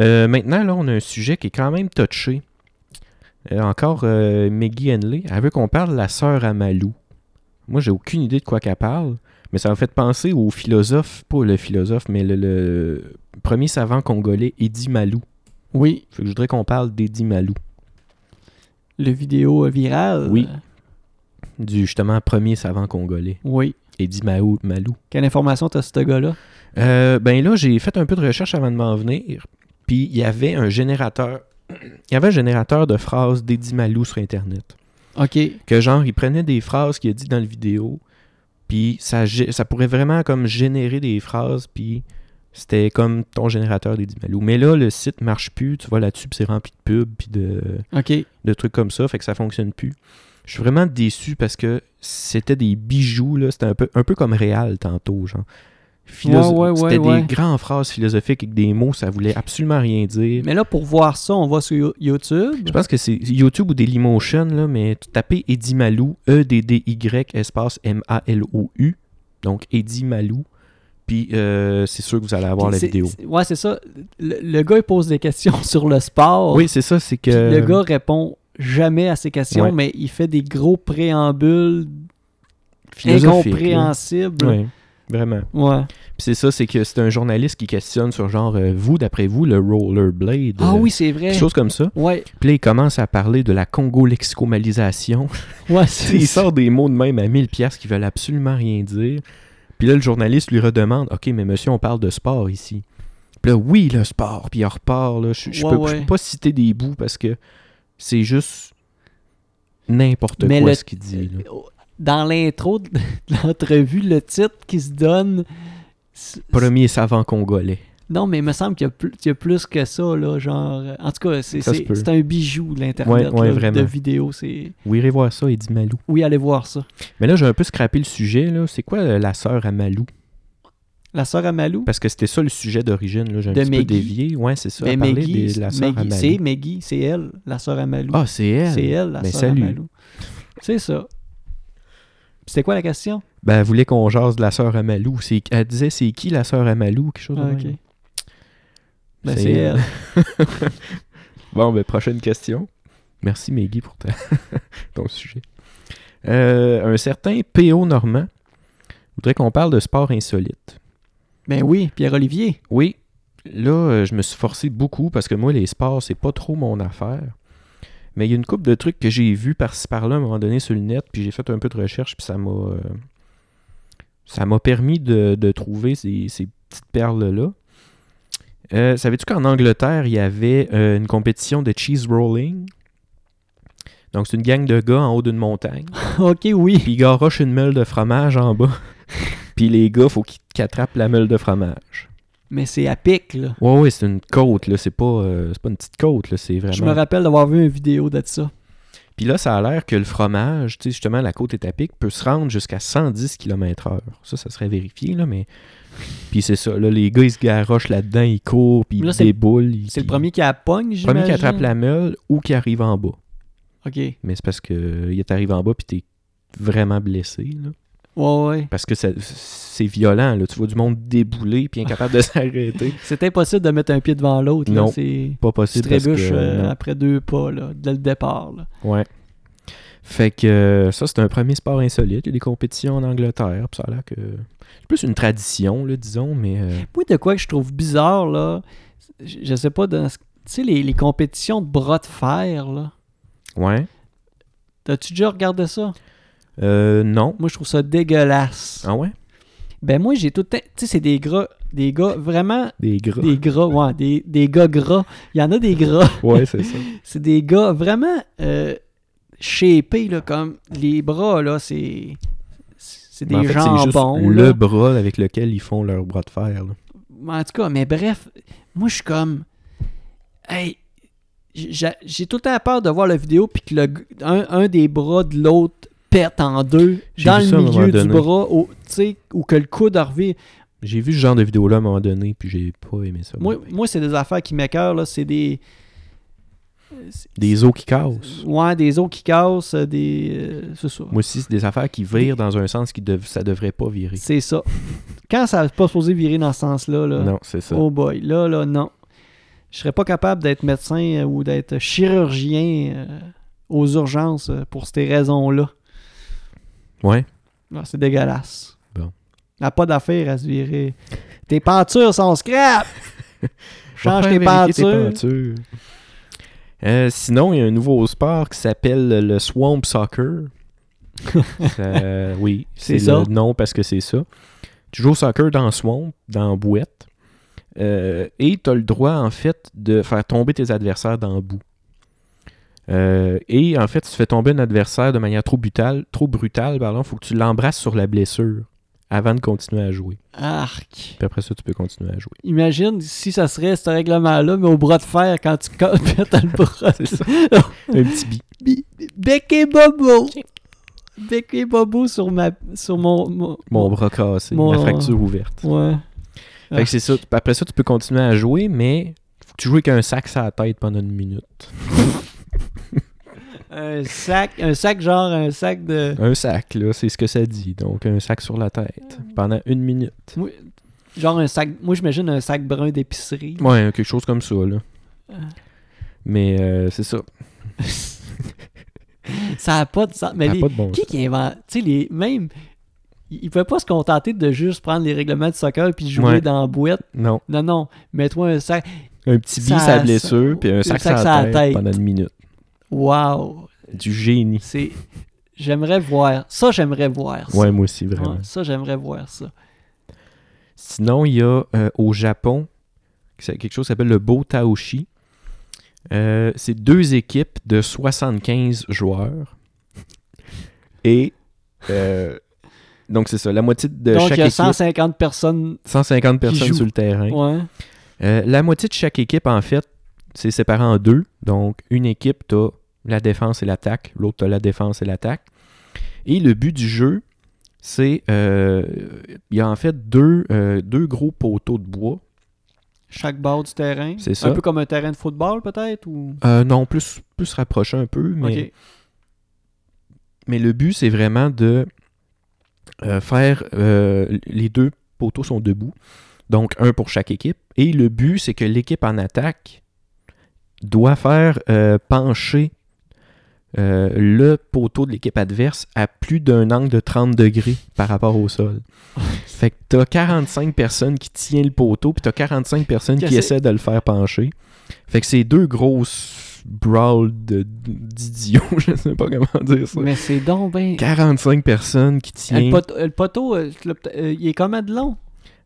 Speaker 2: Euh, maintenant, là, on a un sujet qui est quand même touché. Euh, encore euh, Maggie Henley. Elle veut qu'on parle de la sœur à Malou. Moi, j'ai aucune idée de quoi qu'elle parle, mais ça m'a fait penser au philosophe, pas le philosophe, mais le, le premier savant congolais, Eddie Malou.
Speaker 1: Oui,
Speaker 2: Fait que je voudrais qu'on parle d'Eddie Malou,
Speaker 1: le vidéo euh, virale.
Speaker 2: Oui. du justement premier savant congolais,
Speaker 1: Oui.
Speaker 2: Eddie Mahou- Malou.
Speaker 1: Quelle information t'as ce gars-là?
Speaker 2: Euh, ben là, j'ai fait un peu de recherche avant de m'en venir. Puis il y avait un générateur. Il y avait un générateur de phrases d'Eddie Malou sur Internet.
Speaker 1: OK.
Speaker 2: Que genre, il prenait des phrases qu'il a dit dans le vidéo. Puis ça, gé- ça pourrait vraiment comme générer des phrases. Puis c'était comme ton générateur d'Eddie Malou. Mais là, le site marche plus. Tu vas là-dessus, puis c'est rempli de pubs. Puis de.
Speaker 1: OK.
Speaker 2: de trucs comme ça, fait que ça fonctionne plus. Je suis vraiment déçu parce que c'était des bijoux, là. C'était un peu, un peu comme Réal tantôt, genre.
Speaker 1: Ouais,
Speaker 2: Philo-
Speaker 1: ouais, ouais,
Speaker 2: c'était
Speaker 1: ouais.
Speaker 2: des grandes phrases philosophiques avec des mots, ça voulait absolument rien dire.
Speaker 1: Mais là, pour voir ça, on va sur You- YouTube.
Speaker 2: Je pense que c'est YouTube ou Dailymotion, là, mais tu tapais Eddie Malou, E E-D-D-Y, espace M-A-L-O-U, donc Eddie Malou, puis euh, c'est sûr que vous allez avoir
Speaker 1: Puis
Speaker 2: la
Speaker 1: c'est-
Speaker 2: vidéo.
Speaker 1: c'est- Ouais, c'est ça. Le, le gars, il pose des questions sur le sport.
Speaker 2: Oui, c'est ça, c'est que...
Speaker 1: Puis Le gars répond jamais à ces questions,
Speaker 2: Ouais.
Speaker 1: mais il fait des gros préambules
Speaker 2: philosophique, là.
Speaker 1: incompréhensibles.
Speaker 2: Ouais. Vraiment.
Speaker 1: Ouais.
Speaker 2: Puis c'est ça, c'est que c'est un journaliste qui questionne sur genre, euh, vous, d'après vous, le rollerblade.
Speaker 1: Ah
Speaker 2: euh,
Speaker 1: oui, c'est vrai.
Speaker 2: Quelque chose comme ça.
Speaker 1: Ouais,
Speaker 2: Puis là, il commence à parler de la congo-lexicomalisation.
Speaker 1: ouais,
Speaker 2: Tu
Speaker 1: c'est
Speaker 2: sais, il sort des mots de même à 1000 pièces qui veulent absolument rien dire. Puis là, le journaliste lui redemande OK, mais monsieur, on parle de sport ici. Puis là, oui, le sport. Puis il repart. Là. Je, je
Speaker 1: Ouais,
Speaker 2: peux,
Speaker 1: ouais.
Speaker 2: je peux pas citer des bouts parce que c'est juste n'importe
Speaker 1: Mais
Speaker 2: quoi
Speaker 1: le-
Speaker 2: ce qu'il dit. là.
Speaker 1: Dans l'intro de de l'entrevue, le titre qui se donne. c'est-
Speaker 2: Premier savant congolais.
Speaker 1: Non, mais il me semble qu'il y, a plus- qu'il y a plus que ça, là, genre... euh, En tout cas, c'est
Speaker 2: Ça se
Speaker 1: c'est-
Speaker 2: peut.
Speaker 1: c'est un bijou, l'Internet,
Speaker 2: Ouais, ouais,
Speaker 1: là, de
Speaker 2: vraiment.
Speaker 1: vidéos. c'est-
Speaker 2: Oui, irez voir ça, il dit Malou.
Speaker 1: Oui, allez voir ça.
Speaker 2: Mais là, j'ai un peu scrappé le sujet. là. C'est quoi euh, la sœur à Malou
Speaker 1: La sœur à Malou,
Speaker 2: Parce que c'était ça le sujet d'origine. là. J'ai un
Speaker 1: De
Speaker 2: petit
Speaker 1: Maggie.
Speaker 2: peu dévié. Ouais, c'est ça.
Speaker 1: mais
Speaker 2: elle parlait
Speaker 1: Maggie,
Speaker 2: de la sœur à
Speaker 1: Maggie- c'est
Speaker 2: Malou.
Speaker 1: Maggie, c'est elle, la sœur à Malou.
Speaker 2: Ah, c'est elle.
Speaker 1: c'est elle, la
Speaker 2: Mais
Speaker 1: sœur à
Speaker 2: salut.
Speaker 1: Malou. C'est ça. C'était quoi la question?
Speaker 2: Ben, elle voulait qu'on jase de la sœur à Malou. C'est- Elle disait c'est qui la sœur à Malou, quelque chose de
Speaker 1: Ah,
Speaker 2: même.
Speaker 1: ok. Ben,
Speaker 2: C'est
Speaker 1: c'est elle.
Speaker 2: elle. Bon, ben, prochaine question. Merci, Maggie, pour ta- ton sujet. Euh, un certain P.O. Normand voudrait qu'on parle de sport insolite.
Speaker 1: Ben oui, Pierre-Olivier.
Speaker 2: Oui, là, euh, je me suis forcé beaucoup parce que moi, les sports, c'est pas trop mon affaire. Mais il y a une couple de trucs que j'ai vu par-ci par-là à un moment donné sur le net, puis j'ai fait un peu de recherche, puis ça m'a. euh, ça m'a permis de, de trouver ces, ces petites perles-là. Euh, Savais-tu qu'en Angleterre, il y avait euh, une compétition de cheese rolling? Donc, c'est une gang de gars en haut d'une montagne.
Speaker 1: ok, oui.
Speaker 2: Puis ils garochent une meule de fromage en bas. puis les gars, faut qu'ils qu'ils attrapent la meule de fromage.
Speaker 1: Mais c'est à pic, là.
Speaker 2: Ouais, ouais, c'est une côte, là. C'est pas, euh, c'est pas une petite côte, là. C'est
Speaker 1: Je me
Speaker 2: vraiment.
Speaker 1: rappelle d'avoir vu une vidéo de ça.
Speaker 2: Puis là, ça a l'air que le fromage, tu sais, justement, la côte étapique peut se rendre jusqu'à 110 km/h. Ça, ça serait vérifié, là, mais. Puis c'est ça, là, les gars, ils se garochent là-dedans, ils courent, puis
Speaker 1: Mais là,
Speaker 2: ils
Speaker 1: c'est-
Speaker 2: déboulent. ils-
Speaker 1: C'est le
Speaker 2: ils-
Speaker 1: premier qui la pogne, j'imagine?
Speaker 2: premier qui attrape la meule ou qui arrive en bas.
Speaker 1: OK. Ouais,
Speaker 2: Mais c'est parce que euh, il est arrivé en bas, puis t'es vraiment blessé, là.
Speaker 1: ouais.
Speaker 2: Parce que ça- c'est violent, là. Tu vois du monde débouler, puis incapable de s'arrêter.
Speaker 1: C'est impossible de mettre un pied devant l'autre. là.
Speaker 2: Non.
Speaker 1: C'est...
Speaker 2: Pas
Speaker 1: Tu
Speaker 2: possible. parce que,
Speaker 1: trébuches euh,
Speaker 2: non.
Speaker 1: après deux pas, là, dès le départ. là.
Speaker 2: Ouais. Fait que euh, ça, c'est un premier sport insolite. Il y a des compétitions en Angleterre. Puis ça a l'air que. C'est plus une tradition, là, disons, mais. euh,
Speaker 1: Moi, de quoi que je trouve bizarre, là, je, je sais pas, dans ce- tu sais, les, les compétitions de bras de fer, là,
Speaker 2: ouais.
Speaker 1: t'as-tu déjà regardé ça?
Speaker 2: Euh, non.
Speaker 1: Moi, je trouve ça dégueulasse.
Speaker 2: Ah ouais?
Speaker 1: Ben moi, j'ai tout le temps... Tu sais, c'est des gras, des gars vraiment...
Speaker 2: Des gras.
Speaker 1: Des gras, ouais, des, des gars gras. Il y en a des gras.
Speaker 2: Ouais, c'est ça.
Speaker 1: C'est des gars vraiment euh, shapés, là, comme les bras, là, c'est. C'est des
Speaker 2: Mais Ben, en fait, c'est juste
Speaker 1: jambons.
Speaker 2: le
Speaker 1: là.
Speaker 2: bras avec lequel ils font leur bras de fer. là.
Speaker 1: Mais En tout cas, mais bref, moi, je suis comme. Hey! J'ai j'ai tout le temps peur de voir la vidéo, puis que le, g- un, un des bras de l'autre pète en deux,
Speaker 2: J'ai
Speaker 1: dans
Speaker 2: vu
Speaker 1: le
Speaker 2: ça à un moment
Speaker 1: milieu du
Speaker 2: donné.
Speaker 1: bras, au- tu sais, ou que le coude a revu.
Speaker 2: J'ai vu ce genre de vidéo-là à un moment donné, puis j'ai pas aimé ça.
Speaker 1: Moi, moi c'est des affaires qui m'écœurent, là. C'est des.
Speaker 2: Des os qui cassent.
Speaker 1: Ouais, des os qui cassent, des. euh, c'est ça.
Speaker 2: Moi aussi, c'est des affaires qui virent dans un sens qui dev- ça devrait pas virer.
Speaker 1: C'est ça. Quand ça n'est pas supposé virer dans ce sens-là, là,
Speaker 2: Non, c'est ça.
Speaker 1: oh boy, là, là, non. Je serais pas capable d'être médecin euh, ou d'être chirurgien euh, aux urgences euh, pour ces raisons-là.
Speaker 2: Ouais.
Speaker 1: Ah, c'est dégueulasse.
Speaker 2: Bon.
Speaker 1: Elle n'a pas d'affaire à se virer. Tes peintures sont scrap! Change
Speaker 2: Va
Speaker 1: tes
Speaker 2: faire vérifier
Speaker 1: peintures.
Speaker 2: peintures. Euh, sinon, il y a un nouveau sport qui s'appelle le Swamp Soccer. Ça- euh, oui,
Speaker 1: C'est
Speaker 2: c'est
Speaker 1: ça.
Speaker 2: ça. Non, parce que c'est ça. Tu joues au soccer dans Swamp, dans Bouette. euh, et tu as le droit, en fait, de faire tomber tes adversaires dans le bout. Euh, et en fait, si tu fais tomber un adversaire de manière trop brutale, trop brutale, pardon, faut que tu l'embrasses sur la blessure avant de continuer à jouer.
Speaker 1: Arc!
Speaker 2: Puis après ça, tu peux continuer à jouer.
Speaker 1: Imagine si ça serait ce règlement-là, mais au bras de fer quand tu pètes le bras.
Speaker 2: C'est ça. un petit bi.
Speaker 1: Bi- Bec et bobo! Bec et bobo sur, ma, sur mon- mon,
Speaker 2: Mon bras cassé,
Speaker 1: Mon- Ah.
Speaker 2: la fracture ouverte.
Speaker 1: Ouais.
Speaker 2: Fait que c'est ça. Après ça, tu peux continuer à jouer, mais faut que tu joues avec un sac sur la tête pendant une minute.
Speaker 1: Un sac, un sac genre un sac de.
Speaker 2: Un sac, là, c'est ce que ça dit. Donc, un sac sur la tête pendant une minute.
Speaker 1: Moi, genre un sac. Moi j'imagine un sac brun d'épicerie.
Speaker 2: Ouais, quelque chose comme ça, là.
Speaker 1: Euh.
Speaker 2: Mais euh, c'est ça.
Speaker 1: ça a pas de sens. Mais
Speaker 2: Ça a
Speaker 1: les-
Speaker 2: pas de bon
Speaker 1: qui qui invente. Tu sais, les. Même. il il pouvait pas se contenter de juste prendre les règlements de soccer puis jouer
Speaker 2: Ouais.
Speaker 1: dans la boîte.
Speaker 2: Non.
Speaker 1: Non, non, mets-toi un sac.
Speaker 2: Un petit bis
Speaker 1: Ça-
Speaker 2: à la blessure, puis un sac,
Speaker 1: sac
Speaker 2: sans
Speaker 1: sur la
Speaker 2: tête,
Speaker 1: tête.
Speaker 2: pendant une minute.
Speaker 1: Wow!
Speaker 2: Du génie.
Speaker 1: C'est... J'aimerais voir. Ça, j'aimerais voir. Ça,
Speaker 2: Ouais, moi aussi, vraiment.
Speaker 1: Ouais, ça j'aimerais voir ça.
Speaker 2: Sinon, il y a euh, au Japon c'est quelque chose qui s'appelle le Botaoshi. Euh, c'est deux équipes de 75 joueurs. Et euh, donc, c'est ça. La moitié
Speaker 1: Donc,
Speaker 2: de
Speaker 1: il
Speaker 2: Euh, chaque
Speaker 1: y a
Speaker 2: équipe.
Speaker 1: 150 personnes.
Speaker 2: 150
Speaker 1: jouent.
Speaker 2: personnes sur le terrain.
Speaker 1: Ouais.
Speaker 2: Euh, la moitié de chaque équipe, en fait, c'est séparé en deux. Donc, une équipe, t'as la défense et l'attaque. L'autre, t'as la défense et l'attaque. Et le but du jeu, c'est... euh, Il y a en fait deux, euh, deux gros poteaux de bois.
Speaker 1: Chaque bord du terrain.
Speaker 2: C'est ça.
Speaker 1: Un peu comme un terrain de football, peut-être ou...
Speaker 2: Euh, non, plus, plus rapproché un peu, mais...
Speaker 1: Ok.
Speaker 2: Mais le but, c'est vraiment de euh, faire. euh, les deux poteaux sont debout. Donc, un pour chaque équipe. Et le but, c'est que l'équipe en attaque doit faire euh, pencher euh, le poteau de l'équipe adverse à plus d'un angle de 30 degrés par rapport au sol. fait que t'as 45 personnes qui tiennent le poteau, puis t'as 45 personnes qui
Speaker 1: Qu'est-ce-
Speaker 2: essaient de le faire pencher. Fait que c'est deux grosses brawls de- d'idiots, je sais pas comment dire ça.
Speaker 1: Mais c'est donc ben...
Speaker 2: 45 personnes qui
Speaker 1: Ah, Le
Speaker 2: tiennent.
Speaker 1: poteau, le poteau, euh, le pot- euh, il est comment de long?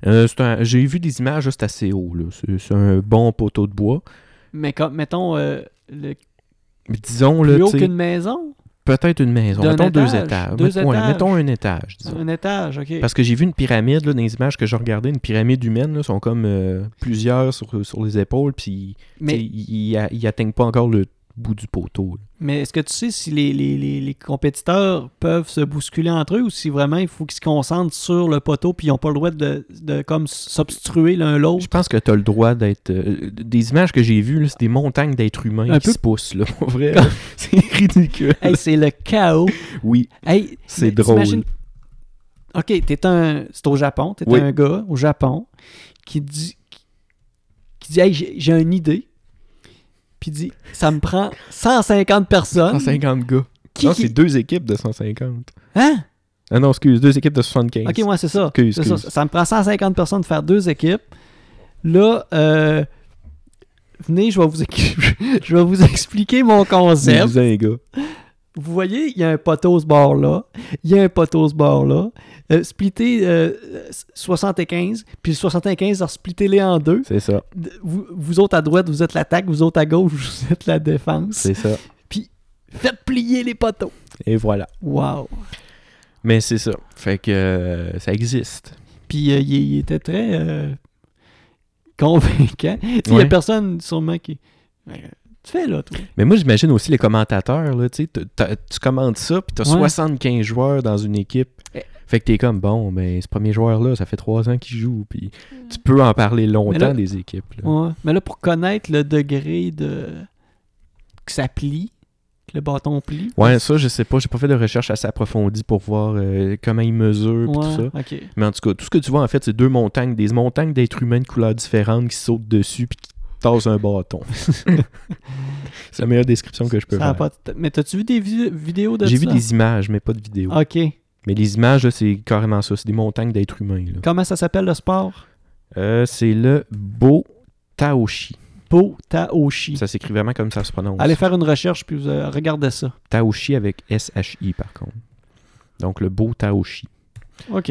Speaker 2: Euh, c'est un- J'ai vu des images juste assez haut. là. C'est c'est un bon poteau de bois.
Speaker 1: Mais comme, mettons, euh, le
Speaker 2: Mais disons, là,
Speaker 1: plus haut
Speaker 2: tu sais,
Speaker 1: qu'une maison?
Speaker 2: peut-être une maison.
Speaker 1: D'un
Speaker 2: Mettons deux
Speaker 1: étage,
Speaker 2: étages.
Speaker 1: deux
Speaker 2: Mettons- ouais,
Speaker 1: étages.
Speaker 2: mettons un étage, disons.
Speaker 1: Un étage, OK.
Speaker 2: Parce que j'ai vu une pyramide, là, dans les images que j'ai regardées, une pyramide humaine, là, sont comme euh, plusieurs sur, sur les épaules, puis tu sais,
Speaker 1: mais
Speaker 2: ils ils a- ils atteignent pas encore le bout du poteau. là.
Speaker 1: mais est-ce que tu sais si les, les, les, les compétiteurs peuvent se bousculer entre eux ou si vraiment il faut qu'ils se concentrent sur le poteau puis ils n'ont pas le droit de, de comme s'obstruer l'un l'autre?
Speaker 2: Je pense que tu as le droit d'être. euh, des images que j'ai vues, là, c'est des montagnes d'êtres humains
Speaker 1: Un
Speaker 2: qui
Speaker 1: peu-
Speaker 2: se poussent. Là, pour vrai, là. c'est ridicule.
Speaker 1: Hey, c'est le chaos.
Speaker 2: Oui,
Speaker 1: Hey,
Speaker 2: C'est
Speaker 1: mais
Speaker 2: drôle.
Speaker 1: t'imagines- OK, t'es un... C'est au Japon. T'es
Speaker 2: Oui.
Speaker 1: un gars au Japon qui dit... qui dit, hey, j'ai j'ai une idée. Puis il dit, ça me prend 150 personnes.
Speaker 2: 150 gars.
Speaker 1: Qui-
Speaker 2: non,
Speaker 1: qui-
Speaker 2: c'est deux équipes de 150.
Speaker 1: Hein?
Speaker 2: Ah non, excuse, deux équipes de 75.
Speaker 1: OK, moi, c'est ça.
Speaker 2: Excuse,
Speaker 1: C'est ça.
Speaker 2: excuse.
Speaker 1: Ça me prend 150 personnes de faire deux équipes. Là, euh, venez, je vais vous, ex- je vais vous expliquer mon concept.
Speaker 2: Divisez les gars.
Speaker 1: Vous voyez, il y a un poteau ce bord-là, il y a un poteau ce bord-là. Euh, splittez euh, euh, 75, puis le 75, alors splittez-les en deux.
Speaker 2: C'est ça,
Speaker 1: D- Vous, vous autres à droite, vous êtes l'attaque, vous autres à gauche, vous êtes la défense.
Speaker 2: c'est ça.
Speaker 1: Faites plier les poteaux.
Speaker 2: Et voilà.
Speaker 1: Wow.
Speaker 2: Mais c'est ça. Fait que euh, ça existe.
Speaker 1: Puis euh, il, il était très euh, convaincant. Tu sais, Il y a
Speaker 2: Ouais.
Speaker 1: personne sûrement qui. Euh, Tu fais là, toi.
Speaker 2: Mais moi, j'imagine aussi les commentateurs, là, tu sais, t'as- t'as- tu commandes ça, puis t'as
Speaker 1: Ouais.
Speaker 2: 75 joueurs dans une équipe.
Speaker 1: Eh.
Speaker 2: Fait que t'es comme, bon, ben, ce premier joueur-là, ça fait trois ans qu'il joue, puis tu peux en parler
Speaker 1: Mais
Speaker 2: longtemps
Speaker 1: là-
Speaker 2: des équipes. là.
Speaker 1: Ouais. Mais là, pour connaître le degré de. que ça plie, que le bâton plie.
Speaker 2: Ouais, ça, je sais pas, j'ai pas fait de recherche assez approfondie pour voir euh, comment ils mesurent, puis tout ça.
Speaker 1: Ouais, ok.
Speaker 2: Mais en tout cas, tout ce que tu vois, en fait, c'est deux montagnes, des montagnes d'êtres humains de couleurs différentes qui sautent dessus puis qui tassent un bâton. c'est la meilleure description que je peux
Speaker 1: Ça a
Speaker 2: faire.
Speaker 1: pas de- Mais t'as-tu vu des vi- vidéos de
Speaker 2: J'ai vu
Speaker 1: ça? Ah.
Speaker 2: des images, mais pas de vidéo.
Speaker 1: Ok.
Speaker 2: Mais les images, là, c'est carrément ça. C'est des montagnes d'êtres humains. là.
Speaker 1: Comment ça s'appelle le sport?
Speaker 2: Euh, c'est le Beau Taoshi.
Speaker 1: Po Taoshi.
Speaker 2: Ça s'écrit vraiment comme ça se prononce.
Speaker 1: Allez faire une recherche puis vous euh, regardez ça.
Speaker 2: Taoshi avec S-H-I, par contre. Donc, le Beau Taoshi.
Speaker 1: Ok.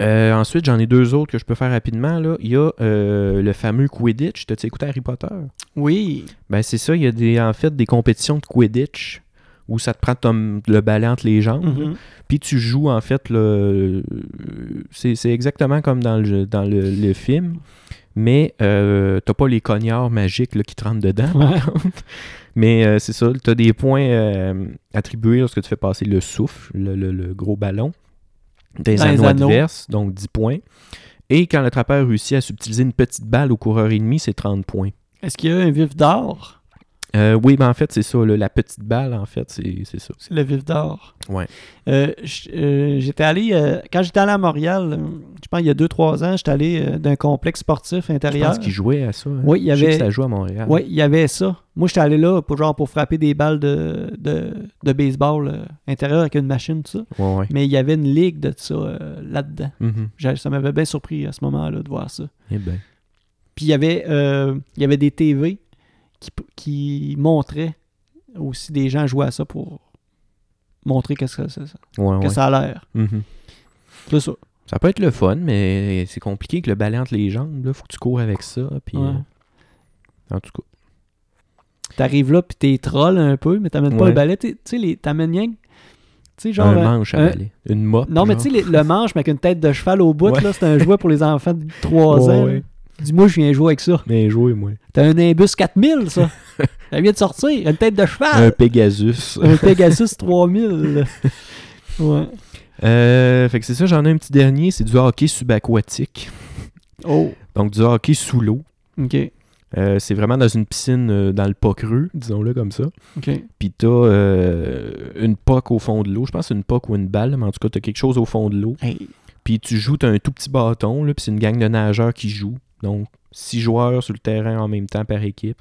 Speaker 2: Euh, ensuite, j'en ai deux autres que je peux faire rapidement. Là. Il y a euh, le fameux Quidditch. T'as-tu écouté Harry Potter?
Speaker 1: Oui.
Speaker 2: Ben c'est ça, il y a des, en fait des compétitions de Quidditch où ça te prend ton- le balai entre les jambes. là.
Speaker 1: Mhm.
Speaker 2: Puis tu joues en fait le. C'est c'est exactement comme dans le, jeu- dans le, le film, mais euh, t'as pas les cognards magiques là, qui te rentrent dedans.
Speaker 1: Ouais.
Speaker 2: Mais euh, c'est ça, t'as des points euh, attribués lorsque tu fais passer le souffle, le, le- le gros ballon, des
Speaker 1: Dans les
Speaker 2: anneaux
Speaker 1: anneaux.
Speaker 2: adverses, donc 10 points. Et quand l'attrapeur réussit à subtiliser une petite balle au coureur ennemi, c'est 30 points.
Speaker 1: Est-ce qu'il y a un vif d'or?
Speaker 2: Euh, oui, ben en fait, c'est ça, là, la petite balle, en fait, c'est c'est ça.
Speaker 1: C'est le vif d'or.
Speaker 2: Ouais.
Speaker 1: Euh, j- euh, j'étais allé, euh, quand j'étais allé à Montréal, euh, je pense il y a 2-3 ans, j'étais allé euh, d'un complexe sportif
Speaker 2: Je
Speaker 1: intérieur.
Speaker 2: pense qu'ils jouaient à ça. hein.
Speaker 1: Oui, il y
Speaker 2: Je sais que
Speaker 1: avait-
Speaker 2: ça joue à Montréal.
Speaker 1: Oui, il y avait ça. Moi, j'étais allé là pour, genre, pour frapper des balles de, de, de baseball euh, intérieur avec une machine, tout ça.
Speaker 2: Ouais, ouais.
Speaker 1: Mais il y avait une ligue de ça euh, là-dedans.
Speaker 2: Mhm.
Speaker 1: J'ai- Ça m'avait bien surpris à ce moment-là de voir ça.
Speaker 2: Eh ben.
Speaker 1: Puis il y avait, euh, il y avait des TV qui, qui montraient aussi des gens jouer à ça pour montrer qu'est-ce que, ça- ça-
Speaker 2: Ouais,
Speaker 1: que
Speaker 2: ouais.
Speaker 1: ça a l'air.
Speaker 2: Mhm.
Speaker 1: C'est ça.
Speaker 2: Ça peut être le fun, mais c'est compliqué que le balai entre les jambes. Là. Faut que tu cours avec ça. Puis,
Speaker 1: Ouais.
Speaker 2: euh, en tout cas.
Speaker 1: T'arrives là, puis t'es troll un peu, mais t'amènes pas
Speaker 2: Ouais.
Speaker 1: le balai. Tu tu sais, les- t'amènes rien que- Tu sais, genre.
Speaker 2: un
Speaker 1: euh,
Speaker 2: manche à
Speaker 1: un-
Speaker 2: balai. Une mop.
Speaker 1: Non, mais tu sais, les- le manche, mais avec une tête de cheval au bout,
Speaker 2: Ouais.
Speaker 1: là, c'est un jouet pour les enfants de 3 ans.
Speaker 2: Ouais.
Speaker 1: Dis-moi, je viens jouer avec ça.
Speaker 2: Mais joué, moi.
Speaker 1: T'as un Imbus 4000, ça. Elle vient de sortir. Une tête de
Speaker 2: Un
Speaker 1: cheval.
Speaker 2: Pegasus.
Speaker 1: Un Pegasus 3000. Ouais.
Speaker 2: Euh, fait que c'est ça, j'en ai un petit dernier. C'est du hockey subaquatique.
Speaker 1: Oh,
Speaker 2: Donc, du hockey sous l'eau.
Speaker 1: OK.
Speaker 2: Euh, c'est vraiment dans une piscine euh, dans le pas creux, disons-le comme ça.
Speaker 1: OK.
Speaker 2: Puis t'as euh, une poque au fond de l'eau. Je pense que c'est une poque ou une balle, mais en tout cas, t'as quelque chose au fond de l'eau.
Speaker 1: Hey.
Speaker 2: Puis tu joues, t'as un tout petit bâton, là, puis c'est une gang de nageurs qui jouent. Donc, six joueurs sur le terrain en même temps par équipe.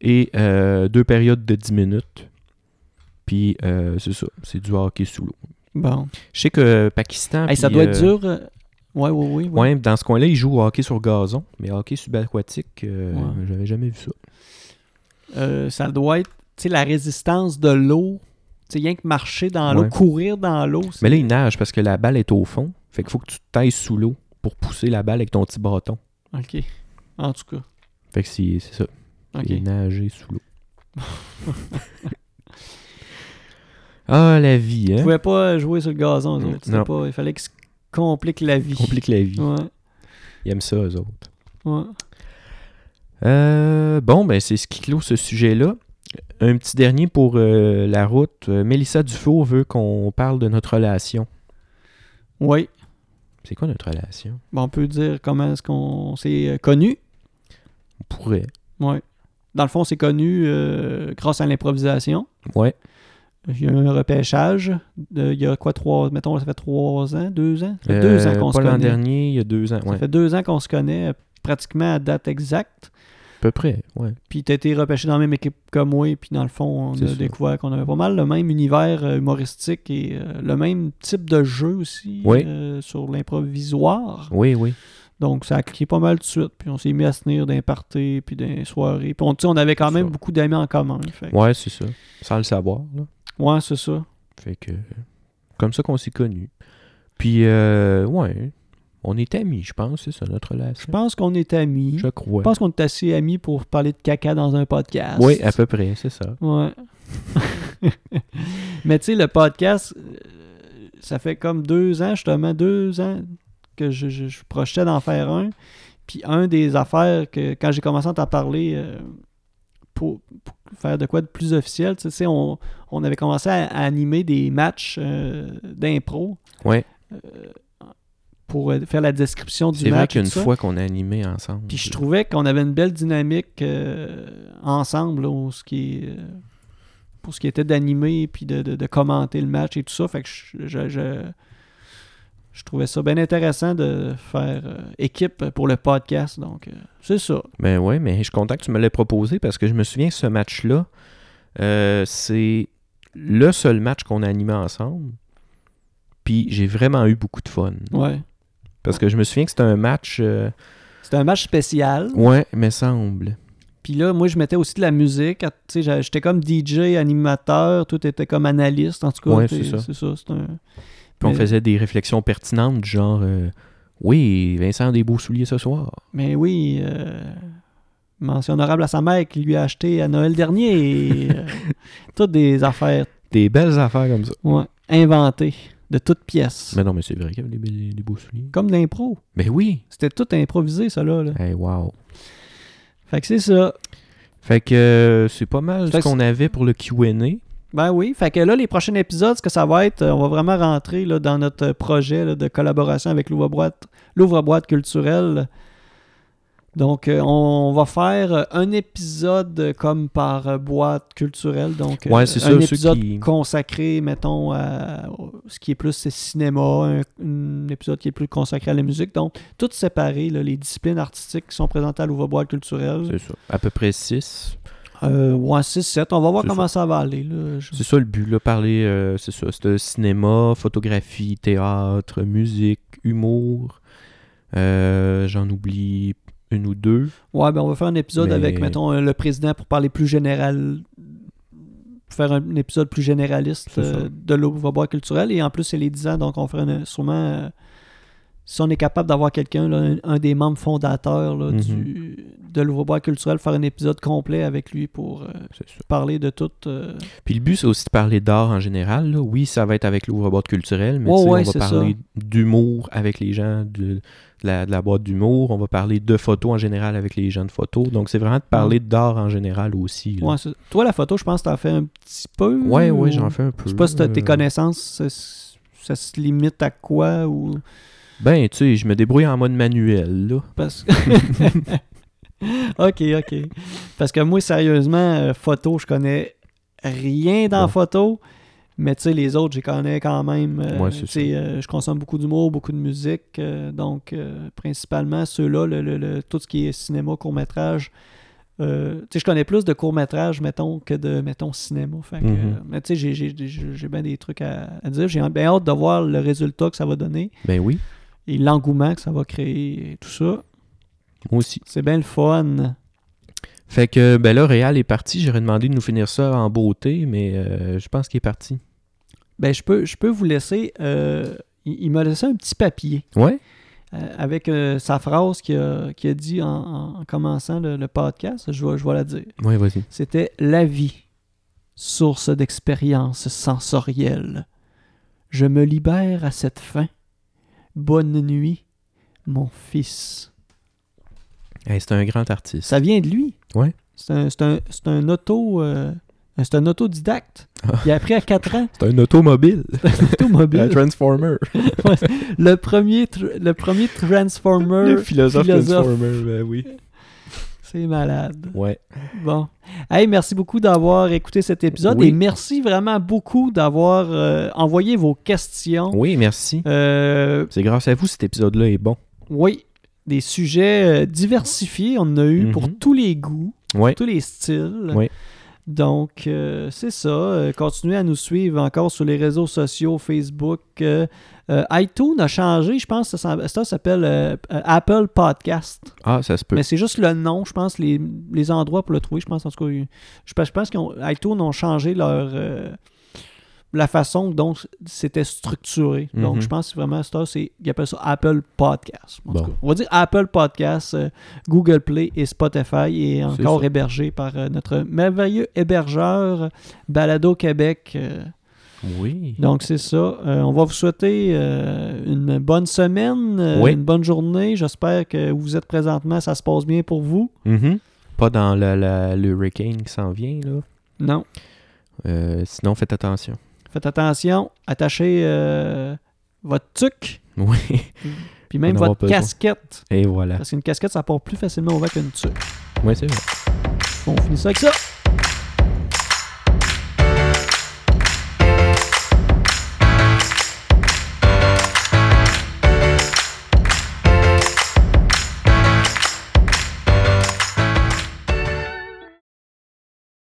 Speaker 2: Et euh, deux périodes de 10 minutes. Puis euh, c'est ça, c'est du hockey sous l'eau.
Speaker 1: Bon.
Speaker 2: Je sais que Pakistan.
Speaker 1: Hey, ça
Speaker 2: puis,
Speaker 1: doit
Speaker 2: euh,
Speaker 1: être dur. euh, Ouais, ouais, ouais. ouais.
Speaker 2: Ouais, dans ce coin-là, ils jouent au hockey sur gazon, mais hockey subaquatique, euh,
Speaker 1: Ouais.
Speaker 2: j'avais jamais vu ça.
Speaker 1: Euh, ça doit être, tu sais, la résistance de l'eau. Tu sais, rien que marcher dans l'eau,
Speaker 2: Ouais.
Speaker 1: courir dans l'eau. c'est-
Speaker 2: Mais là, il nage parce que la balle est au fond. Fait qu'il faut que tu tailles sous l'eau pour pousser la balle avec ton petit bâton.
Speaker 1: OK. En tout cas.
Speaker 2: Fait que c'est c'est ça.
Speaker 1: OK.
Speaker 2: C'est nager sous l'eau. ah, la vie,
Speaker 1: Ils
Speaker 2: hein?
Speaker 1: pouvaient pas jouer sur le gazon, eux
Speaker 2: Mm, Non.
Speaker 1: autres. C'était Pas, il fallait qu'ils se compliquent la vie.
Speaker 2: Complique la vie.
Speaker 1: Ouais,
Speaker 2: Ils aiment ça, eux autres.
Speaker 1: ouais.
Speaker 2: Euh, bon, ben, c'est ce qui clôt ce sujet-là. Un petit dernier pour euh, la route. Euh, Mélissa Dufour veut qu'on parle de notre relation.
Speaker 1: Ouais.
Speaker 2: C'est quoi notre relation?
Speaker 1: Bon, on peut dire comment est-ce qu'on s'est euh, connu.
Speaker 2: On pourrait.
Speaker 1: Ouais. Dans le fond, on s'est connu euh, grâce à l'improvisation.
Speaker 2: Ouais.
Speaker 1: Il y a eu un repêchage. de- il y a quoi, trois, mettons, ça fait trois ans, deux ans? Ça fait deux
Speaker 2: Euh,
Speaker 1: ans qu'on se
Speaker 2: Pas l'an
Speaker 1: connaît.
Speaker 2: dernier, il y a deux ans.
Speaker 1: Ça
Speaker 2: Ouais,
Speaker 1: fait deux ans qu'on se connaît euh, pratiquement à date exacte.
Speaker 2: à peu près. Ouais.
Speaker 1: Puis t'as été repêché dans la même équipe que moi, et puis dans le fond, on
Speaker 2: C'est
Speaker 1: a
Speaker 2: ça.
Speaker 1: découvert qu'on avait pas mal le même univers euh, humoristique et euh, le même type de jeu aussi
Speaker 2: Oui.
Speaker 1: euh, sur l'improvisoire.
Speaker 2: Oui, oui.
Speaker 1: Donc ça a cliqué pas mal tout de suite, puis on s'est mis à se tenir d'un party, puis d'un soirée. Puis on, tu sais, on avait quand
Speaker 2: C'est
Speaker 1: même
Speaker 2: ça.
Speaker 1: beaucoup d'amis en commun. fait que-
Speaker 2: Ouais, c'est ça. Sans le savoir. là.
Speaker 1: Ouais, c'est ça.
Speaker 2: Fait que. Comme ça qu'on s'est connus. Puis, euh, ouais. On est amis, je pense, c'est ça, notre
Speaker 1: Je
Speaker 2: relation.
Speaker 1: pense qu'on est amis.
Speaker 2: Je crois.
Speaker 1: Je pense qu'on est assez amis pour parler de caca dans un podcast.
Speaker 2: Oui, à peu près, c'est ça.
Speaker 1: Ouais. Mais tu sais, le podcast, euh, ça fait comme deux ans, justement, deux ans que je, je, je projetais d'en faire un. Puis un des affaires que, quand j'ai commencé à t'en parler euh, pour, pour faire de quoi de plus officiel, tu sais, on, on avait commencé à, à animer des matchs euh, d'impro.
Speaker 2: Ouais.
Speaker 1: Euh, pour euh, faire la description du
Speaker 2: C'est vrai
Speaker 1: match. et
Speaker 2: qu'une
Speaker 1: tout ça.
Speaker 2: fois qu'on a animé ensemble.
Speaker 1: Puis je trouvais qu'on avait une belle dynamique euh, ensemble là, au- ce qui est, euh, pour ce qui était d'animer puis de, de- de commenter le match et tout ça. Fait que je, je, je- je trouvais ça bien intéressant de faire euh, équipe pour le podcast. Donc, euh, c'est ça.
Speaker 2: Ben ouais, mais je suis content que tu me l'aies proposé parce que je me souviens que ce match-là, euh, c'est le seul match qu'on a animé ensemble. Puis j'ai vraiment eu beaucoup de fun.
Speaker 1: Ouais.
Speaker 2: Parce que je me souviens que c'était un match. euh,
Speaker 1: C'était un match spécial.
Speaker 2: Ouais, me semble.
Speaker 1: Puis là, moi, je mettais aussi de la musique. Ah, tu sais, j'a- J'étais comme DJ, animateur. Tout était comme analyste. En tout cas,
Speaker 2: Ouais,
Speaker 1: t'es-
Speaker 2: c'est ça.
Speaker 1: C'est ça. c'est un-
Speaker 2: Puis on
Speaker 1: Mais-
Speaker 2: faisait des réflexions pertinentes du genre euh, Oui, Vincent a des beaux souliers ce soir.
Speaker 1: Mais oui, euh, mention honorable à sa mère qui lui a acheté à Noël dernier. euh, toutes des affaires
Speaker 2: Des belles affaires comme ça.
Speaker 1: ouais, inventées de toutes pièces.
Speaker 2: Mais non, mais c'est vrai qu'il y avait des, belles- des beaux souliers.
Speaker 1: Comme l'impro.
Speaker 2: Ben oui.
Speaker 1: C'était tout improvisé, ça là. là.
Speaker 2: Hey, wow.
Speaker 1: Fait que c'est ça.
Speaker 2: Fait que euh, c'est pas mal
Speaker 1: Fait
Speaker 2: ce
Speaker 1: que
Speaker 2: qu'on avait pour le QA.
Speaker 1: Ben oui. Fait que là, les prochains épisodes, ce que ça va être, euh, on va vraiment rentrer là, dans euh, notre projet là, de collaboration avec l'ouvre-boîte l'ouvre-boîte culturelle. Donc, euh, on va faire euh, un épisode comme par euh, boîte culturelle. Donc, euh,
Speaker 2: Ouais, c'est
Speaker 1: un
Speaker 2: ça, ceux
Speaker 1: épisode
Speaker 2: qui-
Speaker 1: consacré, mettons, à au- ce qui est plus c'est cinéma, un, un épisode qui est plus consacré à la musique. Donc, tout séparé, là, les disciplines artistiques qui sont présentées à l'ouvre-boîte culturelle.
Speaker 2: C'est ça. À peu près 6.
Speaker 1: Euh, ouais, 6, 7. On va voir
Speaker 2: C'est
Speaker 1: comment ça, va aller. là. Je-
Speaker 2: C'est ça le but, là, parler, euh, c'est ça, c'est euh, cinéma, photographie, théâtre, musique, humour. Euh, J'en oublie une ou deux.
Speaker 1: Ouais, ben on va faire un épisode
Speaker 2: Mais-
Speaker 1: avec, mettons, euh, le président pour parler plus général. Faire un épisode plus généraliste
Speaker 2: C'est
Speaker 1: euh,
Speaker 2: ça.
Speaker 1: de l'ouvre-boît culturel. Et en plus, c'est les 10 ans, donc on fera un- sûrement. euh, si on est capable d'avoir quelqu'un, là, un, un des membres fondateurs
Speaker 2: Mhm.
Speaker 1: là, du, de l'ouvre-boît culturel, faire un épisode complet avec lui pour euh,
Speaker 2: C'est ça.
Speaker 1: parler de tout. euh,
Speaker 2: Puis le but, c'est aussi de parler d'art en général. là. Oui, ça va être avec l'ouvre-boîte culturelle, mais
Speaker 1: Ouais,
Speaker 2: tu sais,
Speaker 1: ouais,
Speaker 2: on
Speaker 1: c'est
Speaker 2: va parler d'humour avec les gens de, de la, de la boîte d'humour. On va parler de photos en général avec les gens de photos. Donc, c'est vraiment de parler d'art en général aussi. là.
Speaker 1: Mm. ouais, c'est- Toi, la photo, je pense que t'en fais un petit peu.
Speaker 2: Ouais, ouais,
Speaker 1: ou-
Speaker 2: j'en fais un peu.
Speaker 1: Je sais pas si t'as- tes
Speaker 2: Euh,
Speaker 1: connaissances, ça, s- ça se limite à quoi ou.
Speaker 2: Ben, tu sais, je me débrouille en mode manuel, là.
Speaker 1: Parce que... ok, ok. Parce que moi, sérieusement, euh, photo, je connais rien dans
Speaker 2: Ouais.
Speaker 1: photo. Mais tu sais, les autres, j'y connais quand même. euh,
Speaker 2: Ouais, c'est
Speaker 1: tu sais, euh, je consomme beaucoup d'humour, beaucoup de musique. euh, donc, euh, principalement, ceux-là, le, le- le- tout ce qui est cinéma, court-métrage. euh, tu sais, je connais plus de court-métrage, mettons, que de, mettons, cinéma. Fait que,
Speaker 2: Mhm.
Speaker 1: euh, mais tu sais, j'ai- j'ai- j'ai j'ai bien des trucs à, à dire. J'ai bien hâte de voir le résultat que ça va donner
Speaker 2: Ben oui,
Speaker 1: et l'engouement que ça va créer et tout ça.
Speaker 2: moi aussi.
Speaker 1: C'est bien le fun.
Speaker 2: Fait que, ben là, Réal est parti. J'aurais demandé de nous finir ça en beauté, mais euh, je pense qu'il est parti.
Speaker 1: Ben, je peux, je peux vous laisser. euh, il, il m'a laissé un petit papier
Speaker 2: Ouais?
Speaker 1: euh, avec euh, sa phrase qu'il a, qu'il a dit en, en- en commençant le, le podcast. Je vais, je vais la dire.
Speaker 2: Ouais, vas-y.
Speaker 1: C'était La vie, source d'expériences sensorielles. Je me libère à cette fin. Bonne nuit, mon fils.
Speaker 2: Hey, c'est un grand artiste.
Speaker 1: Ça vient de lui.
Speaker 2: Ouais.
Speaker 1: C'est un, c'est un- c'est un auto. euh, c'est un autodidacte.
Speaker 2: Ah.
Speaker 1: Il a appris à 4 ans,
Speaker 2: C'est un automobile.
Speaker 1: automobile.
Speaker 2: Transformer.
Speaker 1: Le premier, tr- le premier Transformer. philosophe.
Speaker 2: Transformer, ben oui.
Speaker 1: C'est malade.
Speaker 2: Ouais.
Speaker 1: Bon. Hey, merci beaucoup d'avoir écouté cet épisode
Speaker 2: Oui.
Speaker 1: et merci vraiment beaucoup d'avoir euh, envoyé vos questions.
Speaker 2: Oui, merci.
Speaker 1: Euh,
Speaker 2: C'est grâce à vous cet épisode-là est bon.
Speaker 1: oui, des sujets euh, diversifiés. On en a eu pour
Speaker 2: Mhm.
Speaker 1: tous les goûts,
Speaker 2: Ouais.
Speaker 1: tous les styles.
Speaker 2: Oui.
Speaker 1: Donc, euh, c'est ça. Euh, continuez à nous suivre encore sur les réseaux sociaux, Facebook. euh, euh, iTunes a changé, je pense que ça, s'en- ça s'appelle euh, euh, Apple Podcast.
Speaker 2: Ah, ça se peut.
Speaker 1: Mais c'est juste le nom, je pense, les, les endroits pour le trouver. Je pense, en tout cas, ils- je, pense- je pense qu'iTunes ont changé leur. euh, la façon dont c'était structuré. Donc,
Speaker 2: Mhm.
Speaker 1: je pense que vraiment, c'est ça, c'est, ils appellent ça Apple Podcast. En tout
Speaker 2: Bon.
Speaker 1: cas, on va dire Apple Podcast, euh, Google Play et Spotify, et encore
Speaker 2: ça.
Speaker 1: hébergé par euh, notre merveilleux hébergeur euh, Balado Québec. euh,
Speaker 2: Oui.
Speaker 1: donc, c'est ça. Euh, on va vous souhaiter euh, une bonne semaine, euh,
Speaker 2: Oui.
Speaker 1: une bonne journée. J'espère que où vous êtes présentement, ça se passe bien pour vous.
Speaker 2: Mhm. Pas dans la- la- le hurricane qui s'en vient, là.
Speaker 1: Non.
Speaker 2: Euh, sinon, faites attention.
Speaker 1: Faites attention. Attachez euh, votre tuc,
Speaker 2: Oui.
Speaker 1: puis même
Speaker 2: On en a
Speaker 1: votre
Speaker 2: besoin.
Speaker 1: casquette.
Speaker 2: Et voilà.
Speaker 1: Parce qu'une casquette, ça part plus facilement au vent qu'une tuque.
Speaker 2: Ouais, c'est vrai.
Speaker 1: On finit ça avec ça.